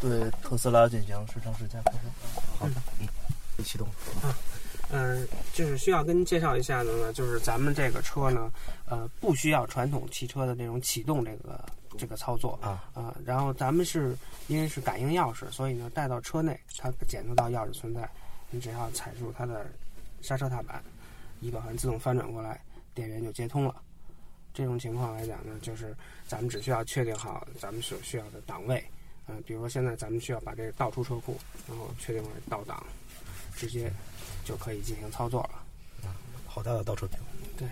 对特斯拉进行市场试驾。好的，嗯，一启动。啊，嗯、呃，就是需要跟介绍一下的呢，就是咱们这个车呢，呃，不需要传统汽车的这种启动这个这个操作啊啊、呃。然后咱们是因为是感应钥匙，所以呢带到车内，它检测到钥匙存在，你只要踩住它的刹车踏板，仪表盘自动翻转过来，电源就接通了。这种情况来讲呢，就是咱们只需要确定好咱们所需要的档位，嗯、呃，比如说现在咱们需要把这个倒出车库，然后确定为倒档，直接就可以进行操作了。好大的倒车屏！对，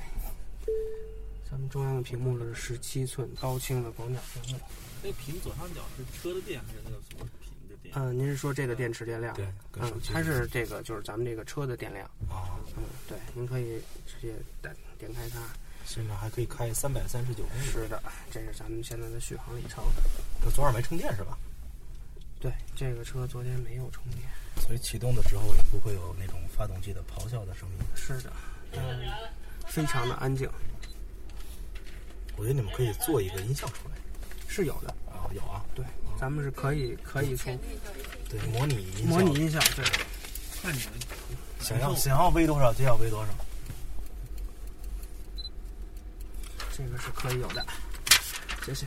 咱们中央的屏幕是十七寸高清的广角屏幕。那哎屏左上角是车的电还是那个什么屏的电？嗯、呃，您是说这个电池电量？对，嗯，它是这个就是咱们这个车的电量。哦，嗯，对，您可以直接点点开它。甚至还可以开三百三十九公里。是的，这是咱们现在的续航里程。这昨晚没充电是吧？对，这个车昨天没有充电，所以启动的时候也不会有那种发动机的咆哮的声音。是的，嗯，非常的安静。我觉得你们可以做一个音效出来。是有的啊、哦，有啊，对，咱们是可以可以从嗯对模拟音效模拟音效对。那你们想要想要 V 多少就要 V 多少。这个是可以有的，谢谢。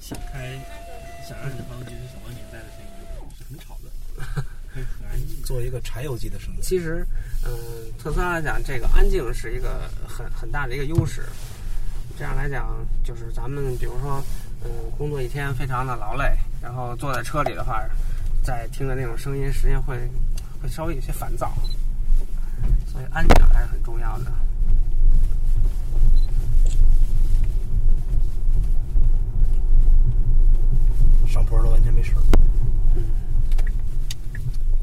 想开，想让你方觉得小王年代的声音是很吵的，可以很安静。做一个柴油机的声音。其实，嗯、呃，特斯拉来讲，这个安静是一个很很大的一个优势。这样来讲，就是咱们比如说，嗯、呃，工作一天非常的劳累，然后坐在车里的话，在听的那种声音，实际上会会稍微有些烦躁，所以安静还是很重要的。上坡都完全没事儿。嗯，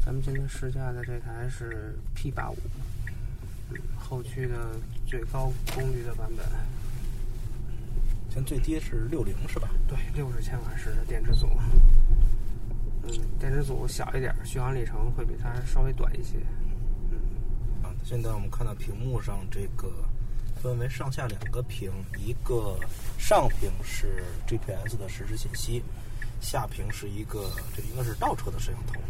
咱们今天试驾的这台是 P 八五、嗯，后驱的最高功率的版本。咱最低是六零是吧？对，六十千瓦时的电池组。嗯，电池组小一点，续航里程会比它稍微短一些。嗯，啊，现在我们看到屏幕上这个分为上下两个屏，一个上屏是 GPS 的实时信息。下屏是一个，这应该是倒车的摄像头，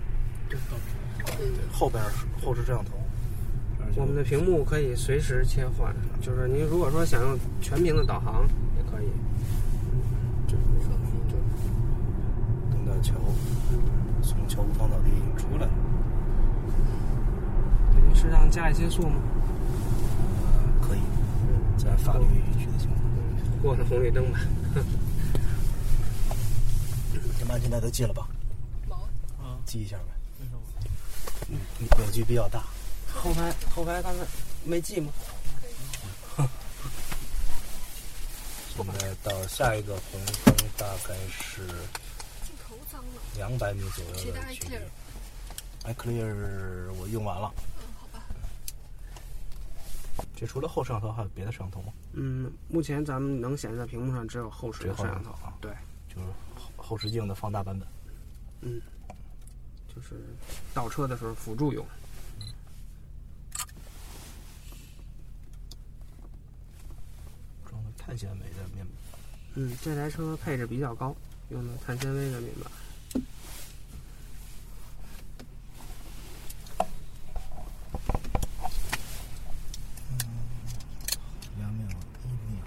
对，倒车，对，后边是后置摄像头。我们的屏幕可以随时切换，就是您如果说想用全屏的导航也可以。这是那个对，登到桥，从桥无芳草地出来。对，您适当加一些速吗？可以，在法律允许的情况下。过了红绿灯吧。咱们安全带都系了吧？啊，系一下呗。嗯，扭矩比较大。 后排后排刚才没系吗？现在到下一个红灯大概是两百米左右的距离。iClear 我用完了。嗯，好吧。这除了后摄像头还有别的摄像头吗？嗯，目前咱们能显示在屏幕上只有后视的摄像头。啊、对，就是。后视镜的放大版本，嗯，就是倒车的时候辅助用。装了碳纤维的面板。嗯，这台车配置比较高，用的碳纤维的面板。刚到一百，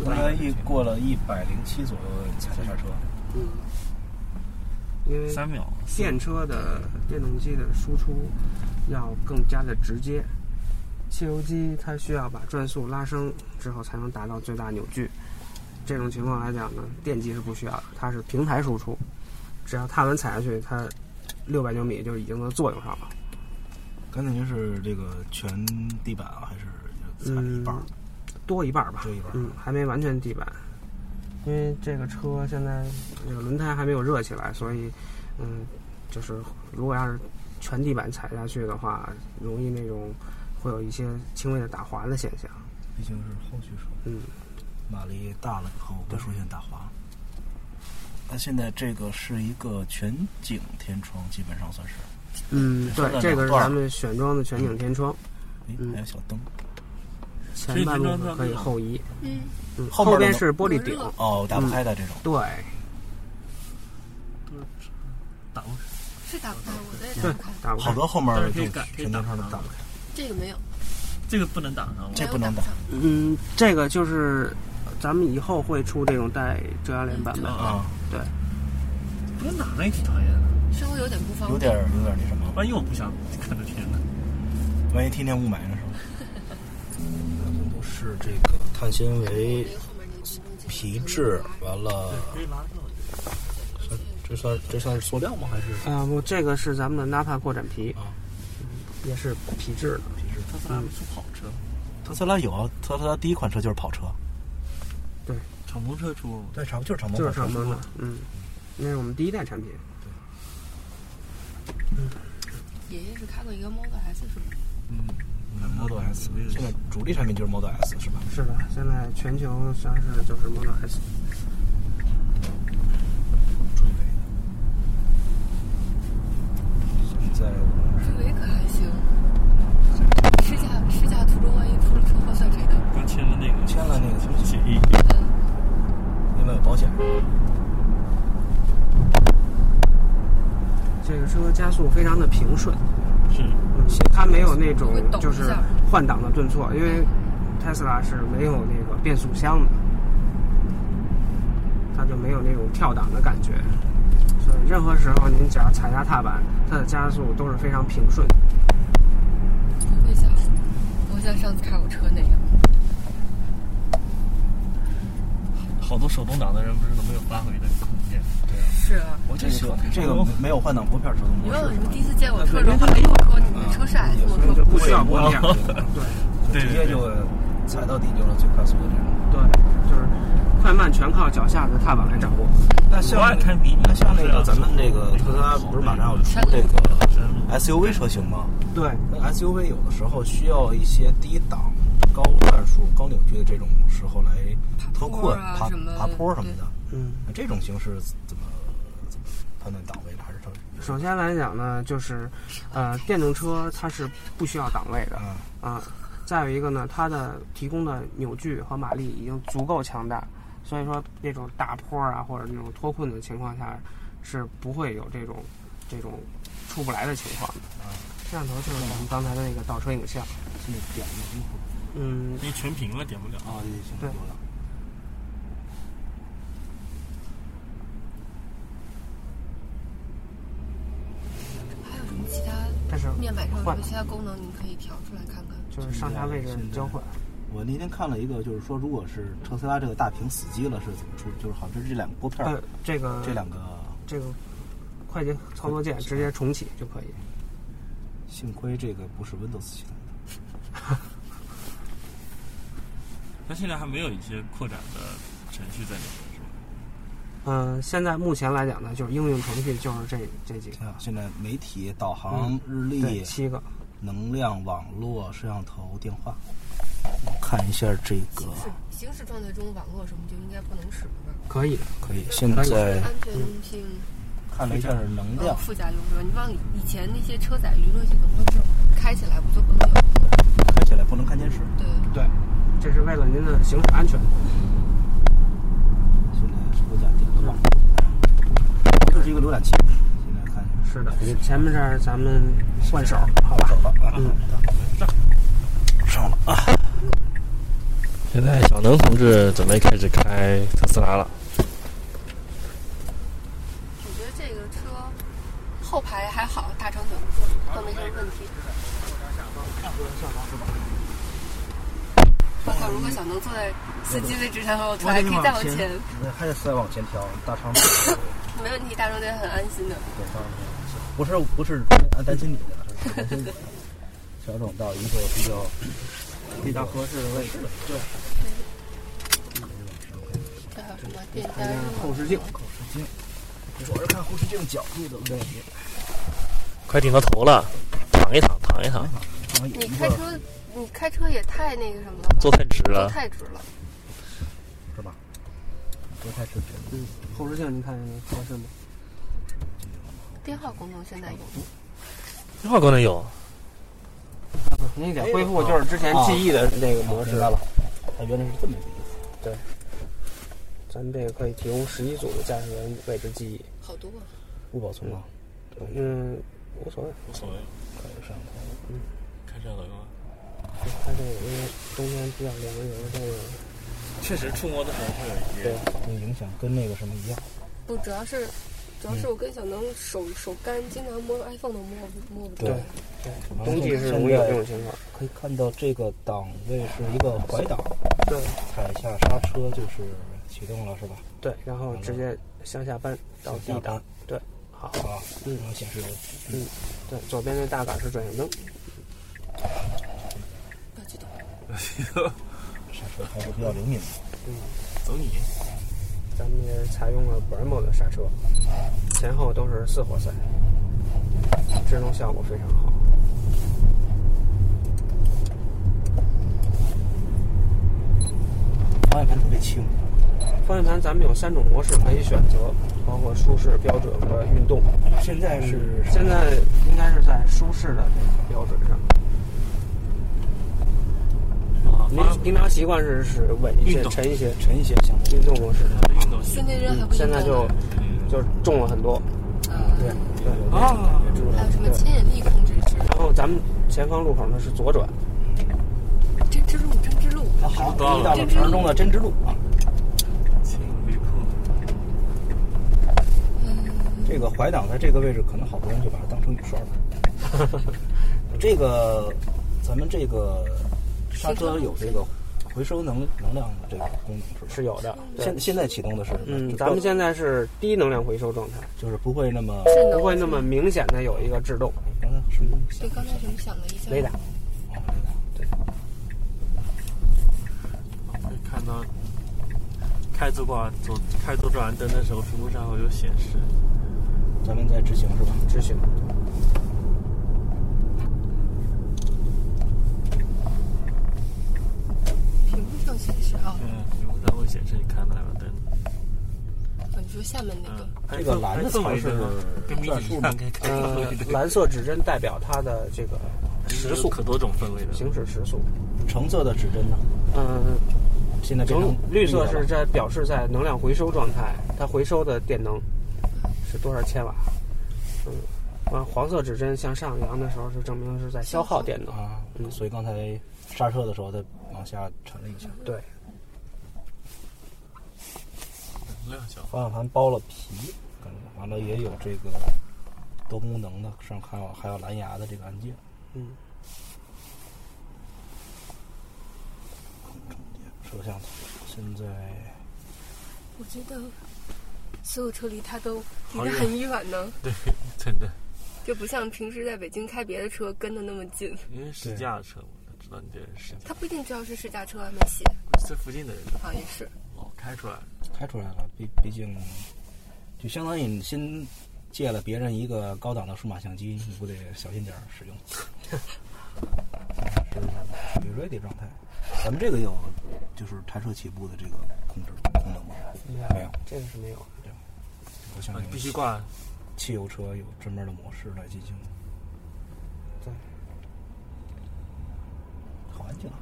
应该一过了一百零七左右踩了刹车。嗯，因为三秒，电车的电动机的输出要更加的直接，汽油机它需要把转速拉升之后才能达到最大扭矩。这种情况来讲呢，电机是不需要的，它是平台输出，只要踏板踩下去，它六百牛米就已经能作用上了。刚才您是这个全地板啊，还是就踩了一半儿？嗯多一半儿吧，多一半儿嗯，还没完全地板，因为这个车现在这个轮胎还没有热起来，所以，嗯，就是如果要是全地板踩下去的话，容易那种会有一些轻微的打滑的现象，毕竟是后驱车，嗯，马力大了以后会出现打滑。那现在这个是一个全景天窗，基本上算是，嗯，分对，了这两个是段儿咱们选装的全景天窗，哎，嗯还有小灯。前半部全景天窗分可以后移，嗯，嗯，嗯后后面边呢是玻璃顶，哦，打不开的这种。对，是打不开，我的也打不开，嗯打不开好，多后面但就是可全以改可以天打嗯窗都上打不开，这个没有，这个不能打上。这没有不能打打上。嗯，这个就是咱们以后会出这种带遮阳帘版本，啊，不能打上也挺讨厌的。稍微有点不方有便。点儿有点儿那什么，万一我不想看着天呢？万一天天雾霾呢是吧？咱们都 是这个碳纤维后面那个集中机皮质，完了，算这算这算是塑料吗？还是啊、不，这个是咱们的 Napa 扩展皮，啊嗯也是皮质的。皮质？特斯拉不出跑车，特斯拉有啊，特斯拉第一款车就是跑车，敞篷车出过吗？对，长就是长就是敞跑车篷的，嗯，那是我们第一代产品。爷爷是开过一个 Model S 是吗？嗯嗯，Model S，现在主力产品就是 Model S 是吧？是的，现在全球上市就是 Model S。中杯。现在我这维可还行。试驾试驾途中万一出了车祸算谁的？刚签了那个签了那个东西，协议，另外有保险。这个车加速非常的平顺，是嗯，它没有那种会抖一下就是换挡的顿挫，因为 Tesla 是没有那个变速箱的，它就没有那种跳档的感觉。所以任何时候您只要踩下踏板，它的加速都是非常平顺的。我会想，我像上次开我车那样。好多手动挡的人不是都没有发挥的空间。是啊，我就喜欢这个没有换挡拨片儿车的你模问我式你，们第一次见我车的时候，他没跟哎我说你的车是 S 摩托，不需要拨片，对直接就踩到底就是最快速的这种。对，就是快慢全靠脚下的踏板来掌握。那我爱看啊迷你那像那个咱们这个特斯拉不是马上要出这个 SUV 车型吗？对，那个 SUV 有的时候需要一些低档、高转速、高扭矩的这种时候来脱困、啊爬什么爬坡什么的。嗯，那这种形式怎么怎么判断档位呢？还是它首先来讲呢，就是，呃，电动车它是不需要档位的啊啊、再有一个呢，它的提供的扭矩和马力已经足够强大，所以说那种大坡啊或者那种脱困的情况下是不会有这种这种出不来的情况的。摄像头就是咱们刚才的那个倒车影像。那点的功夫嗯，因为全屏了，点不了。啊，也行，对有档还有什么其他但是面板上有什换么其他功能，你可以调出来看看。就是上下位置交换。我那天看了一个，就是说，如果是特斯拉这个大屏死机了，是怎么处理？就是好像是这两个拨片儿，呃，这个这两个这个快捷操作键直接重启就可以。幸亏这个不是 Windows 系统的，它现在还没有一些扩展的程序在里面，是吧？嗯、现在目前来讲呢，就是应用程序就是这这几个，啊，嗯现在媒体、导航、日对，历、七个。能量、网络、摄像头、电话。我看一下这个，是行驶状态中网络什么就应该不能使了吧？可以的，可以。现就是在安全性看了一下能呃量，附加用是吧？你忘了以前那些车载娱乐系统都是开起来不就不能有了吗？开起来不能看电视。对，这是为了您的行驶安全。现在车架点了网，这是一个浏览器。现在看是的，前面这儿咱们换手，好吧？走了啊，嗯上了啊。现在小能同志准备开始开特斯拉了，我觉得这个车后排还好，大长腿不错，都没什么问题。我靠，如果想能坐在司机位置上的话，我突然可以再往前。还得再往前调，大长腿。没问题，大长腿很安心的。对，大长腿不是不是担心你的，是担心你的。调整到一个比较比较合适的位置。对。这还有什么店家用后视镜，后视镜，主要是看后视镜角度的问题。快顶到头了，躺一躺，躺一躺，你开车，你开车也太那个什么了吧？坐太直了坐太直了。是吧？不太直觉。嗯，后视镜您看合适吗？电话功能现在有，电话功能有，您得恢复就是之前记忆的那个模式明哦白了，哎它原来是这么一个意思。对，咱们这个可以提供十一组的驾驶员位置记忆。好多啊。不保存了，对，嗯，无所谓。无所谓。可以上头。嗯，开摄像头吗？它这个因为冬天比较凉，有的这个确实触摸的时候会有对那影响跟那个什么一样。不，主要是，主要是我跟小能手手干，经常摸 iPhone 都摸不摸不对着。对冬季是容易有这种情况。可以看到这个档位是一个拐档，对，踩一下刹车就是启动了，是吧？对，然后直接向下扳到 D 向下档扳，对，好，好，嗯然后显示有嗯，对，左边那大杆是转向灯，不要激动，刹车还是比较灵敏的。嗯，走你。咱们也采用了 Brembo 的刹车，前后都是四活塞，制动效果非常好。方向盘特别轻，方向盘咱们有三种模式可以选择，包括舒适、标准和运动。现在是现在应该是在舒适的这个标准上。您平常习惯是使稳一些、沉一些、沉一些相对运动模式。现在人还不现在就就重了很多。对对啊，还有什么牵引力控制是？然后咱们前方路口呢是左转，针织路，针织路。好，到第了一道这是只传说中的针织路啊。亲没空。这个怀档在这个位置，可能好多人就把它当成雨刷了。这个，咱们这个刹车有这个回收能能量的这个功能是吧？是有的对现现在启动的是什么？嗯，是咱们现在是低能量回收状态，就是不会那么不会那么明显的有一个制动。刚刚什么东西？对，刚才什么响了一下？雷达，会看到开左挂左开左转弯灯的时候，屏幕上会有显示。咱们在执行是吧？执行。屏幕上显示啊，嗯，屏幕上会显示你开哪个灯。哦你说下面那个嗯，还这个有蓝的还有才氛围是灯吗跟迷转你速一吗样，可以看到呃，蓝色指针代表它的这个时速，可多种氛围的。行驶时速。橙色的指针呢？嗯，现在变成橙绿色的是了在表示在能量回收状态，它回收的电能是多少千瓦？嗯，完黄色指针向上扬的时候，就证明是在消耗电能。啊，嗯所以刚才刹车的时候它往下沉了一下。对，能量小，方向盘包了皮，感觉完了也有这个多功能的，上还有还有蓝牙的这个按键。嗯，摄像头现在我觉得所有车离它都离得很远呢，对，真的，就不像平时在北京开别的车跟的那么近。因为试驾车嘛，知道你这人试驾，他不一定知道是试驾车，没写，这附近的人好像也是。哦开出来了，开出来了，毕毕竟就相当于你新借了别人一个高档的数码相机，你不得小心点儿使 用。是属于 ready 状态，咱们这个有就是开车起步的这个控制功能吗？没有，这个是没有。不像啊那你种必须挂汽油车有专门的模式来进行。对，好安静啊，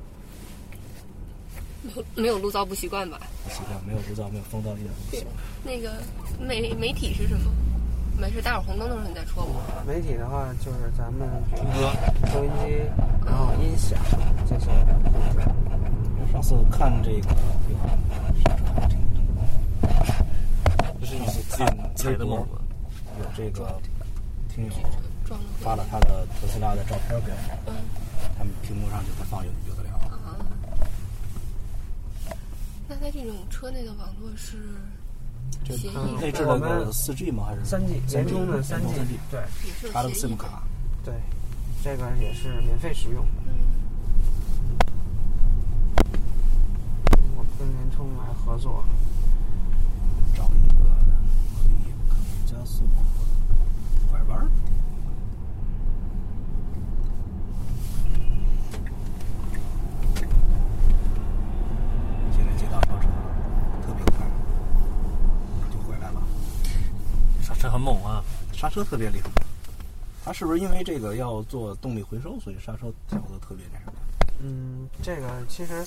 没有 没有路噪不习惯吧？不习啊惯，没有制造，没有风噪，一点都不习惯。那个媒媒体是什么？没事，待会儿红灯的时候你再说我。媒体的话，就是咱们比如说收音机，然后音响这些控制。上次看这个，啊就是你自己踩的猛嘛，有这个听友装了发了他的特斯拉的照片给我，嗯他们屏幕上就会放有有的聊。啊。那它这种车内的网络是这协议内置的的个四 G 吗？还是三 G 联通的三 G，对，插了个 SIM 卡。对，这个也是免费使用嗯的。我跟联通来合作，找一个可以加速拐弯儿。现在接到超车，特别快，就回来了。嗯刹车很猛啊！刹车特别灵。它是不是因为这个要做动力回收，所以刹车调的特别那什么？嗯，这个其实，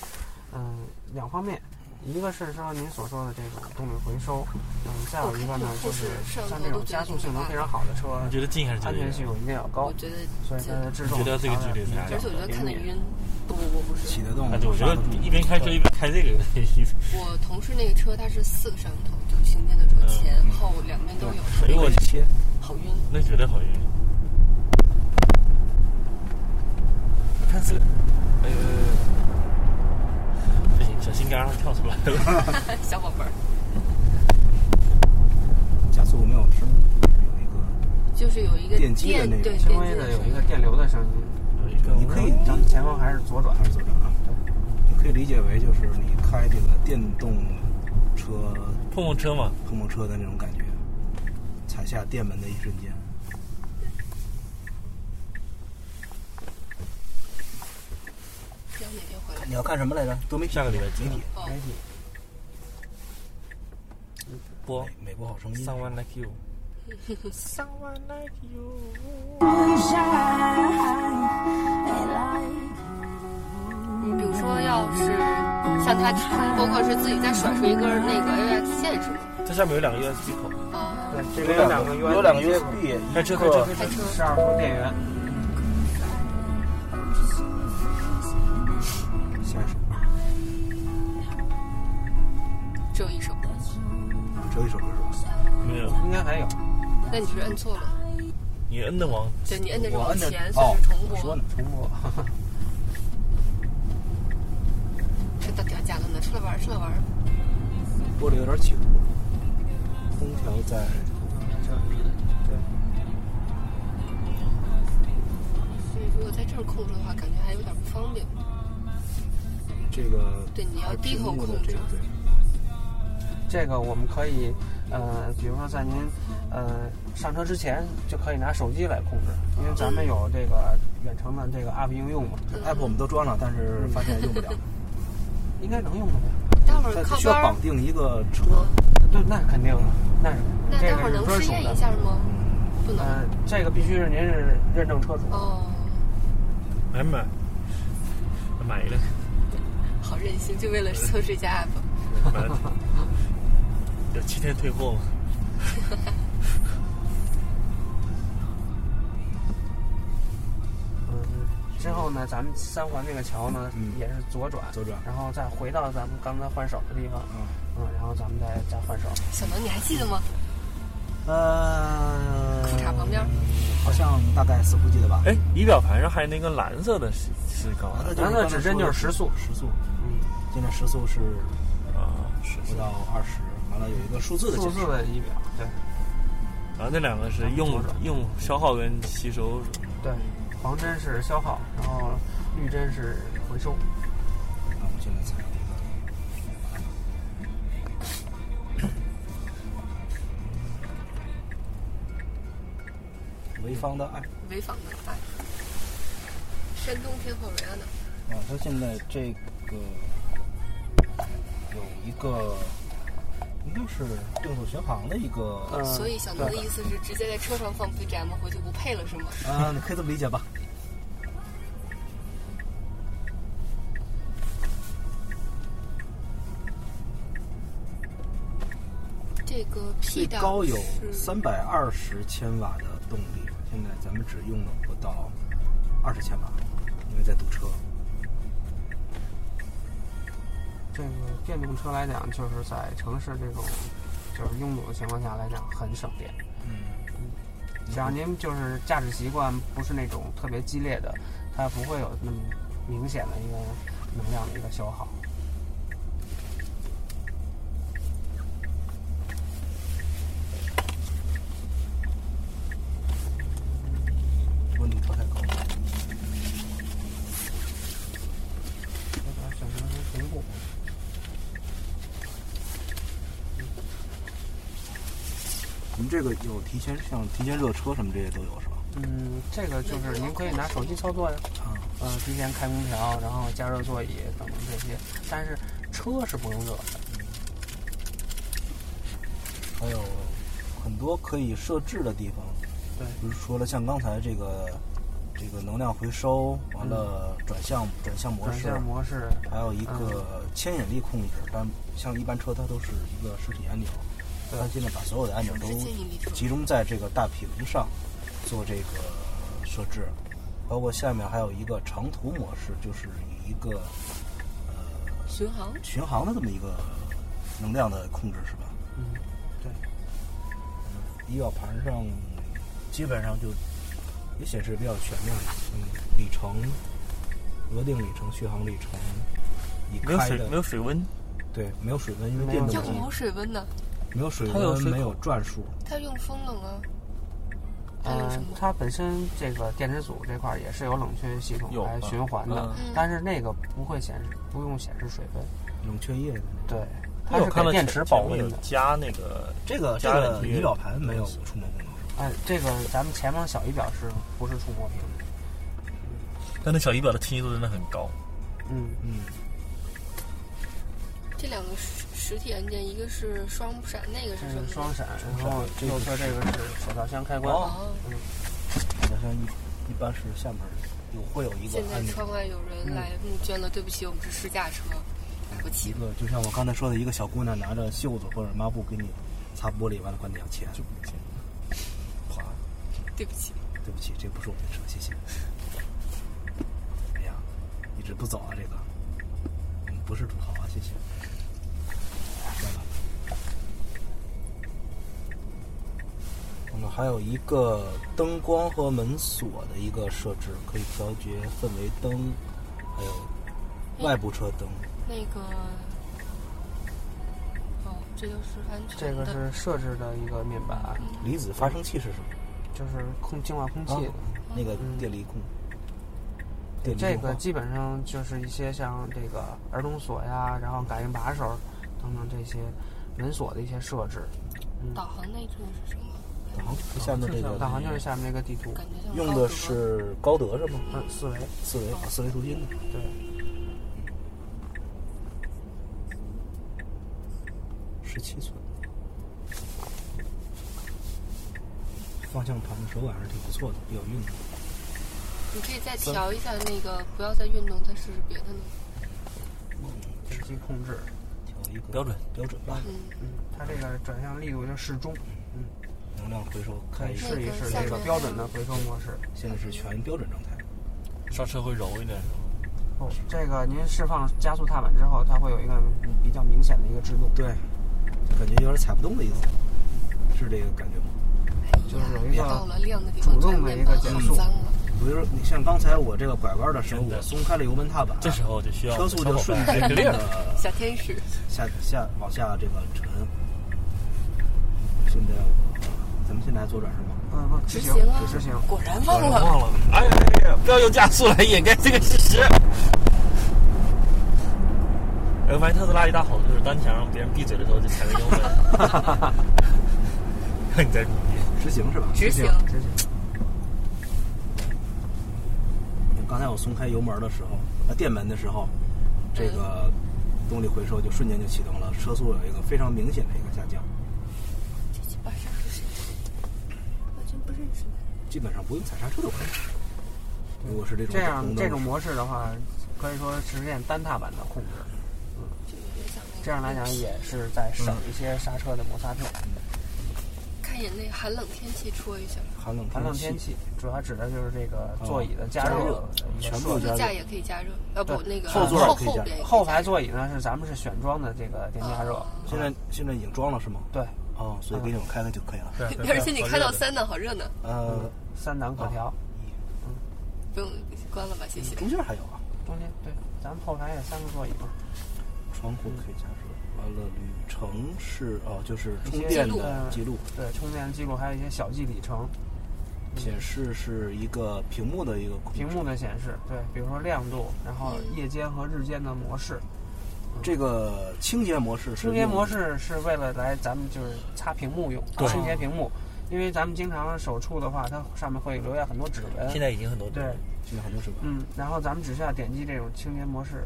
嗯、两方面，一个是说您所说的这种动力回收，嗯，再有一个呢就是像这种加速性能非常好的车，你觉得近还是觉安得远全性一定要高，所以它的制动你觉得这个距比离怎么样较而且我觉得看得灵敏晕不不不不是，启得动哎，对，我觉得你一边开车一边开这个， 我同事那个车它是四个摄像头，就行进的时候前嗯后两边都有，哎呦我切，好晕。那绝对好晕。看这，哎呦，不行，小心肝儿跳出来了。哎小宝贝儿，加速没有声，就是有一个电机的那种对电轻机微的的声有音一个电流的声音。你可以咱们前方还是左转，还是左转啊？你可以理解为就是你开这个电动车碰碰车嘛，碰碰车的那种感觉，踩下电门的一瞬间，要哪天回来？你要看什么来着？多媒体下个礼拜几媒体哦嗯媒体播美国好声音 Someone Like You。 Someone like you. 你比如说，要是像他听播客是自己再甩出一根儿那个 AUX 线是吗？这下面有两个 USB 口，啊，对，这边有两个 USB，有两个 USB，开车开车开车，十二伏电源。嗯下一首，只有一首。只有一首歌是吧？没有，应该还有。那你是摁错了，你摁的王，对你摁的是我往摁着前，所哦以是重，我说播呢。，重播，这到底要假的呢？出来玩儿，出来玩儿。玻璃有点起雾，空调在。所以如果在这儿控制的话，感觉还有点不方便。这个对你要还低屏头幕的控这个制对，这个我们可以，呃，比如说在您呃上车之前就可以拿手机来控制，因为咱们有这个远程的这个 App 应用嘛， app 我们都装了，但是发现用不了，应该能用的吧？待会儿它靠需边要儿绑，定一个车，对，那肯定的，那是那这待会个儿是能专试属验的一。下吗？不能。呃，这个必须是您是认证车主，哦，买买买一个，好任性，就为了测这家 app。买了，有七天退货嘛。嗯，之后呢，咱们三环那个桥呢、也是左转，嗯左转然后再回到咱们刚才换手的地方，嗯嗯，然后咱们再再换手。小能，你还记得吗？呃，裤衩旁边儿好像大概似乎记得吧？哎，仪表盘上还有那个蓝色的是是干嘛啊，那的就是咱刚的才指针说就的是时速，时速，嗯，现在时速是啊？是不到二十，完了有一个数字的数显示字，的仪表，对然后啊那两个是用用消耗跟吸收，对，黄针是消耗，然后绿针是回收。啊，我现在才有一个。潍坊的爱潍坊的哎，山东天后瑞安的。啊，它现在这个有一个应该是定速巡航的一个，嗯，所以小能的意思是直接在车上放 BGM 回去不配了是吗？啊，你可以这么理解吧？这个 P 最档高有是三百二十千瓦的动力，现在咱们只用了不到二十千瓦，因为在堵车。这个电动车来讲，就是在城市这种就是拥堵的情况下来讲，很省电。嗯，只要您就是驾驶习惯不是那种特别激烈的，它不会有那么明显的一个能量的一个消耗。温度调太高了。选择同步。我们这个有提前像提前热车什么这些都有是吧？嗯，这个就是您可以拿手机操作呀，呃，提前开空调，然后加热座椅等等这些，但是车是不用热的。还有很多可以设置的地方，对，比如除了像刚才这个这个能量回收，完了转向、嗯转向模式，转向模式，还有一个牵引力控制，但像一般车它都是一个实体按钮，它现在把所有的按钮都集中在这个大屏上做这个设置，包括下面还有一个长途模式，就是以一个巡航巡航的这么一个能量的控制是吧？嗯，对。仪表盘上基本上就也显示比较全面，嗯，里程、额定里程、续航里程，已没有开水的没有水温，对，没有水温，因为电要动没有机水温呢？没有水它有温，水没口有转速，它用风冷啊，呃，它本身这个电池组这块儿也是有冷啊却系统有来吧循环的，嗯但是那个不会显示，不用显示水分。冷却液的那对种。，它是给电池保温的。加那个这个这加个冷却仪表盘没有触摸功能，哎，这个咱们前方小仪表是不是触摸屏？但那小仪表的清晰度真的很高。嗯嗯，这两个实实体按键，一个是双闪，那个是什么？嗯啊双闪，然后右侧这个是手套箱开关。哦嗯，好像一一般是下面有会有一个现在按钮，窗外有人来募捐了，对不起，我们是试驾车，买不一起。个就像我刚才说的，一个小姑娘拿着袖子或者抹布给你擦玻璃，完了管你要钱，哗，对不起，对不起，这不是我们的车，谢谢。哎呀，一直不走啊，这个，我们不是土豪啊，谢谢。算了我们还有一个灯光和门锁的一个设置，可以调节氛围灯，还有外部车灯。那个，哦，这就是安全这个的。是设置的一个面板，离子发生器是什么？就是空净化空气的。啊那个电离控。嗯电离这控个化基本上就是一些像这个儿童锁呀，然后感应把手等等这些门锁的一些设置。导航那座是什么？导航下面这个导航就是下面这个地图，用的是高德是吗？嗯，四维，四维，四维图形的。对。十七寸，方向盘的手感还是挺不错的，比较运动。你可以再调一下那个，不要再运动，再试试别的呢。手机控制，调一个标准标准吧，嗯，它这个转向力度就适中，嗯，能量回收可开以一试一试这个标准的回收模式。现在是全标准状态。上车会柔一点是吗？哦，这个您释放加速踏板之后，它会有一个比较明显的一个制动，对，感觉有点踩不动的意思，是这个感觉吗？就是有一别到个了亮的地方主转动的一面个板，减好速。脏啊！比如你像刚才我这个拐弯的时候，我松开了油门踏板，这时候就需要车速就瞬间练的小天使，下下往下这个沉。现在我，咱们现在还左转是吗？嗯，不直直行行啊，直行，果然忘了。忘了。哎呀哎呀，不要用加速来掩盖这个事实。我发现特斯拉一大好处就是，当你想让别人闭嘴的时候，就踩个油门，让你再直行是吧？直行，直行。刚才我松开油门的时候，呃，电门的时候，这个动力回收就瞬间就启动了，车速有一个非常明显的一个下降，这七八十是谁？完全不认识。基本上不用踩刹车就可以了。如果是这种这样红灯这种模式的话，可以说实现单踏板的控制。嗯，这样来讲也是在省一些刹车的摩擦片。看眼那寒冷天气戳一下，寒冷寒冷天气主要指的就是这个座椅的加加热热的一个嗯全设部置。副驾也可以加热，呃不，那个后座后也可以加热 边也可以啊后排座椅呢是咱们是选装的这个电加热，现在现在已经装了是吗？对，哦，所以给你们开开就可以了。而且你开到三档，好热闹。呃，三档可调，不用关了吧，谢谢。中间还有啊？中间对，咱们后台也三个座椅嘛。窗户可以加热。完了，旅程是哦，就是充电的记录，对，充电记录还有一些小计里程。显示是一个屏幕的一个控制屏幕的显示，对，比如说亮度，然后夜间和日间的模式。嗯这个清洁模式是清洁模式是为了来咱们就是擦屏幕用，对清洁屏幕，因为咱们经常手触的话，它上面会留下很多指纹。现在已经很多对，现在很多指纹。嗯，然后咱们只需要点击这种清洁模式，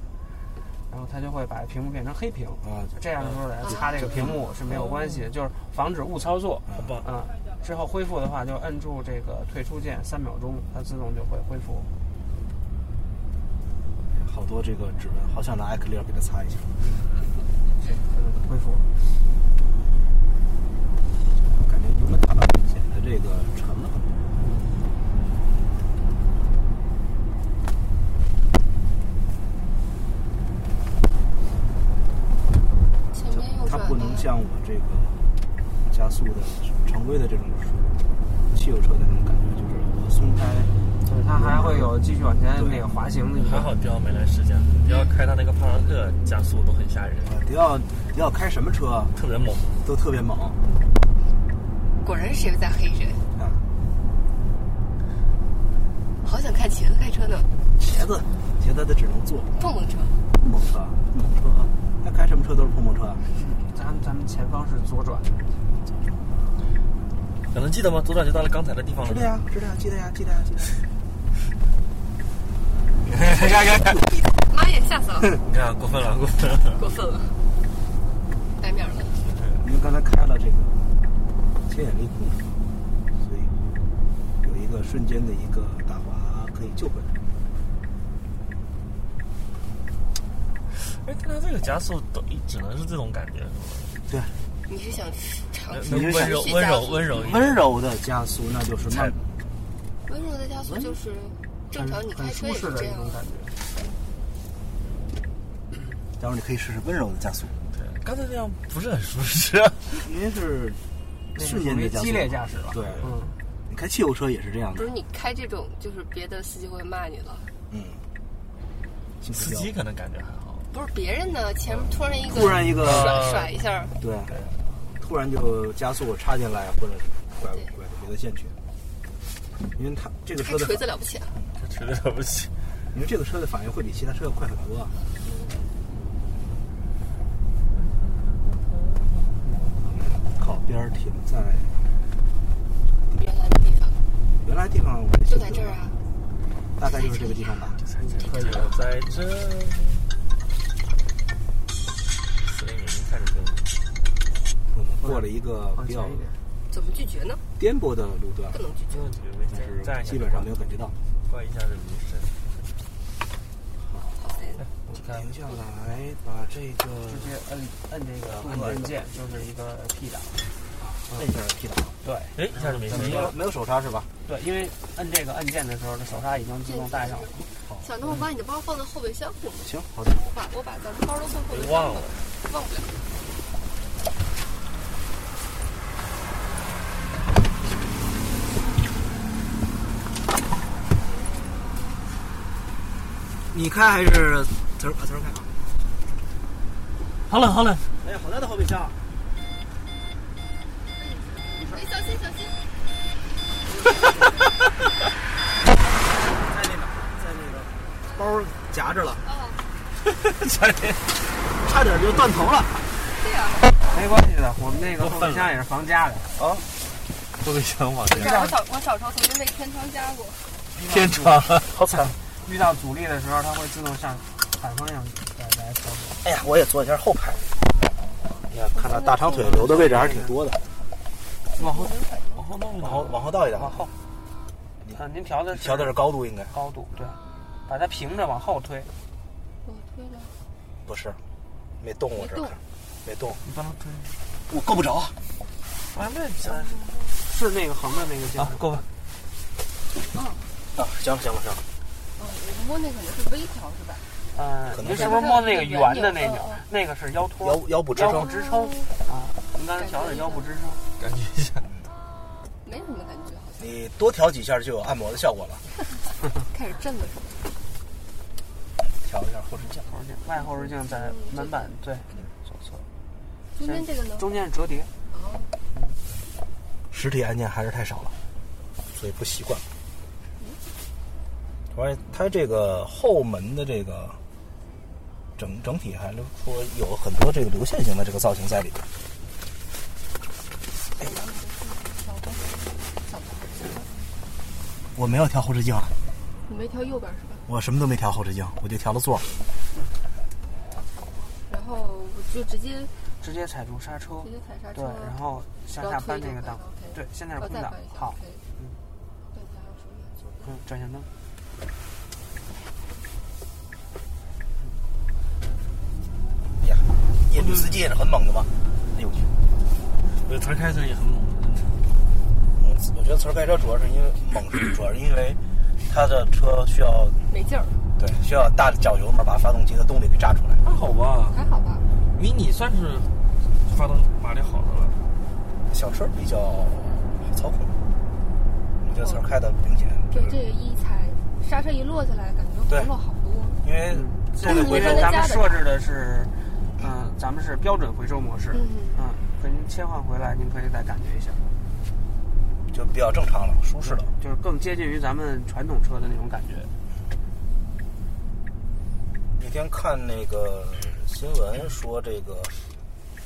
然后它就会把屏幕变成黑屏。啊，这样的时候来擦这个屏幕是没有关系的，就是防止误操作。啊，之后恢复的话就摁住这个退出键三秒钟，它自动就会恢复。好多这个指纹，好想拿艾克利尔给它擦一下。嗯恢复。感觉油门踏板显得这个沉了很多。前面右它转不能像我这个加速的常规的这种汽油车的那种感觉，就是我松开，对，它还会有继续往前那个滑行的一个。还好迪奥没来试驾，迪奥开他那个帕萨特加速都很吓人，迪奥迪奥开什么车特别猛，都特别猛。果然是谁在黑谁。啊，好想看茄子开车呢，茄子茄子它只能坐蹦蹦车。碰碰车，碰碰车，它开什么车都是碰碰车。咱咱们前方是左转，你能记得吗？左转就到了刚才的地方了。知道呀，知道呀，记得呀，记得呀，记得呀。妈呀，吓死了，你看，过分了，过分了。过分了，白面了。因为刚才开了这个牵引力控制，所以有一个瞬间的一个打滑可以救回来。哎，但它这个加速都只能是这种感觉，你是想尝试能能呃温尝试柔温加柔速温柔一点。温柔的加速，那就是慢。温柔的加速就是正常，你开车也是这样的。待会儿你可以试试温柔的加速，刚才那样不是很舒适。啊因为是那瞬是间的加速。属于激烈驾驶吧？对，嗯，你开汽油车也是这样不的是。你开这种，就是别的司机会骂你了。嗯，幸司亏机掉可能感觉还好，不是别人呢，前面突然一个突然一个甩甩一下，对，突然就加速插进来，或者拐拐到别的线去。因为它这个开车的锤子了不起啊！这绝对了不起。因为这个车的反应会比其他车要快很多。啊靠边儿停在原来的地方原来地方，我就在这儿啊，大概就是这个地方吧。可以了，在这。四零零开始跟我们过了一个比较怎么拒绝呢？颠簸的路段不，能拒绝。右腿没但站，站是基一下本上没有感觉到。怪一下这迷神。好烦你看，停下来，把这个直接摁摁这个摁按键就是一个 P 档。摁一下 P 档，对哎，一下就没声没音了有。没有手刹是吧？对，因为摁这个按键的时候，这手刹已经自动带上了。小东，我把你的包放在后备箱，我行，好的。我把我把咱们包都放后备箱忘了，忘不了。你开还是词儿把词儿开啊？好了好了，哎呀，好大的后备箱啊！哎，小心小心！在那哪儿，在那个包儿夹着了， 哦，差点 差点就断头了。对啊，没关系的，我们那个后备箱也是防夹的。哦后备箱往是我小我小时候曾经被天窗夹过，天窗了。好惨！遇到阻力的时候，它会自动向反方向来来操作。哎呀，我也坐一下后排。哎呀，看到大长腿留的位置还是挺多的，往后往后弄一哦往后往后倒一点，往后。嗯，您调的是调的是高度应该高度，对，把它平着往后推，我推了，不是，没动我这儿看，没动，你帮它推。我够不着。啊，那是那个横的那个夹啊，够了，啊，行了行了行了，哦，我摸那可能是微调是吧？嗯，可能您是是不是摸那个圆的那圆钮条嗯嗯？那个是腰托，腰腰部支腰部撑，支撑啊，们刚才调的是腰部支撑，感觉一下，没什么感觉，好像你多调几下就有按摩的效果了。开始震了是吧？调一下后视镜，后视镜外后视镜在门板对左侧，中间这个呢？中间是折叠，实体按键还是太少了，所以不习惯。而且它这个后门的这个整整体还是说有很多这个流线型的这个造型在里边。哎我没有调后视镜啊，你没调右边是吧？我什么都没调后视镜，我就调了座。然后我就直接直接踩住刹车，直接踩刹车对，然后向下扳这个档然后推，对，现在是哦，空再档翻一，下好， ，OK，对，还有什么要做？嗯，转向灯。哎呀，业余司机也是很猛的嘛。哎呦我去！我词开车也很猛，我我觉得词儿开车主要是因为猛，主要是因为他的车需要没劲儿，对需要大脚油门把发动机的动力给炸出来。还好吧？还好吧？迷你算是发动马力好的了。小车比较好操控，我觉得词儿开的明显。就这个一踩刹车一落下来，感觉对回落好多。因为这个嗯回你收说在咱们家的设置的是，嗯，咱们是标准回收模式，嗯嗯，给您切换回来，您可以再感觉一下，就比较正常了，舒适了。就是更接近于咱们传统车的那种感觉。嗯那天看那个新闻说，这个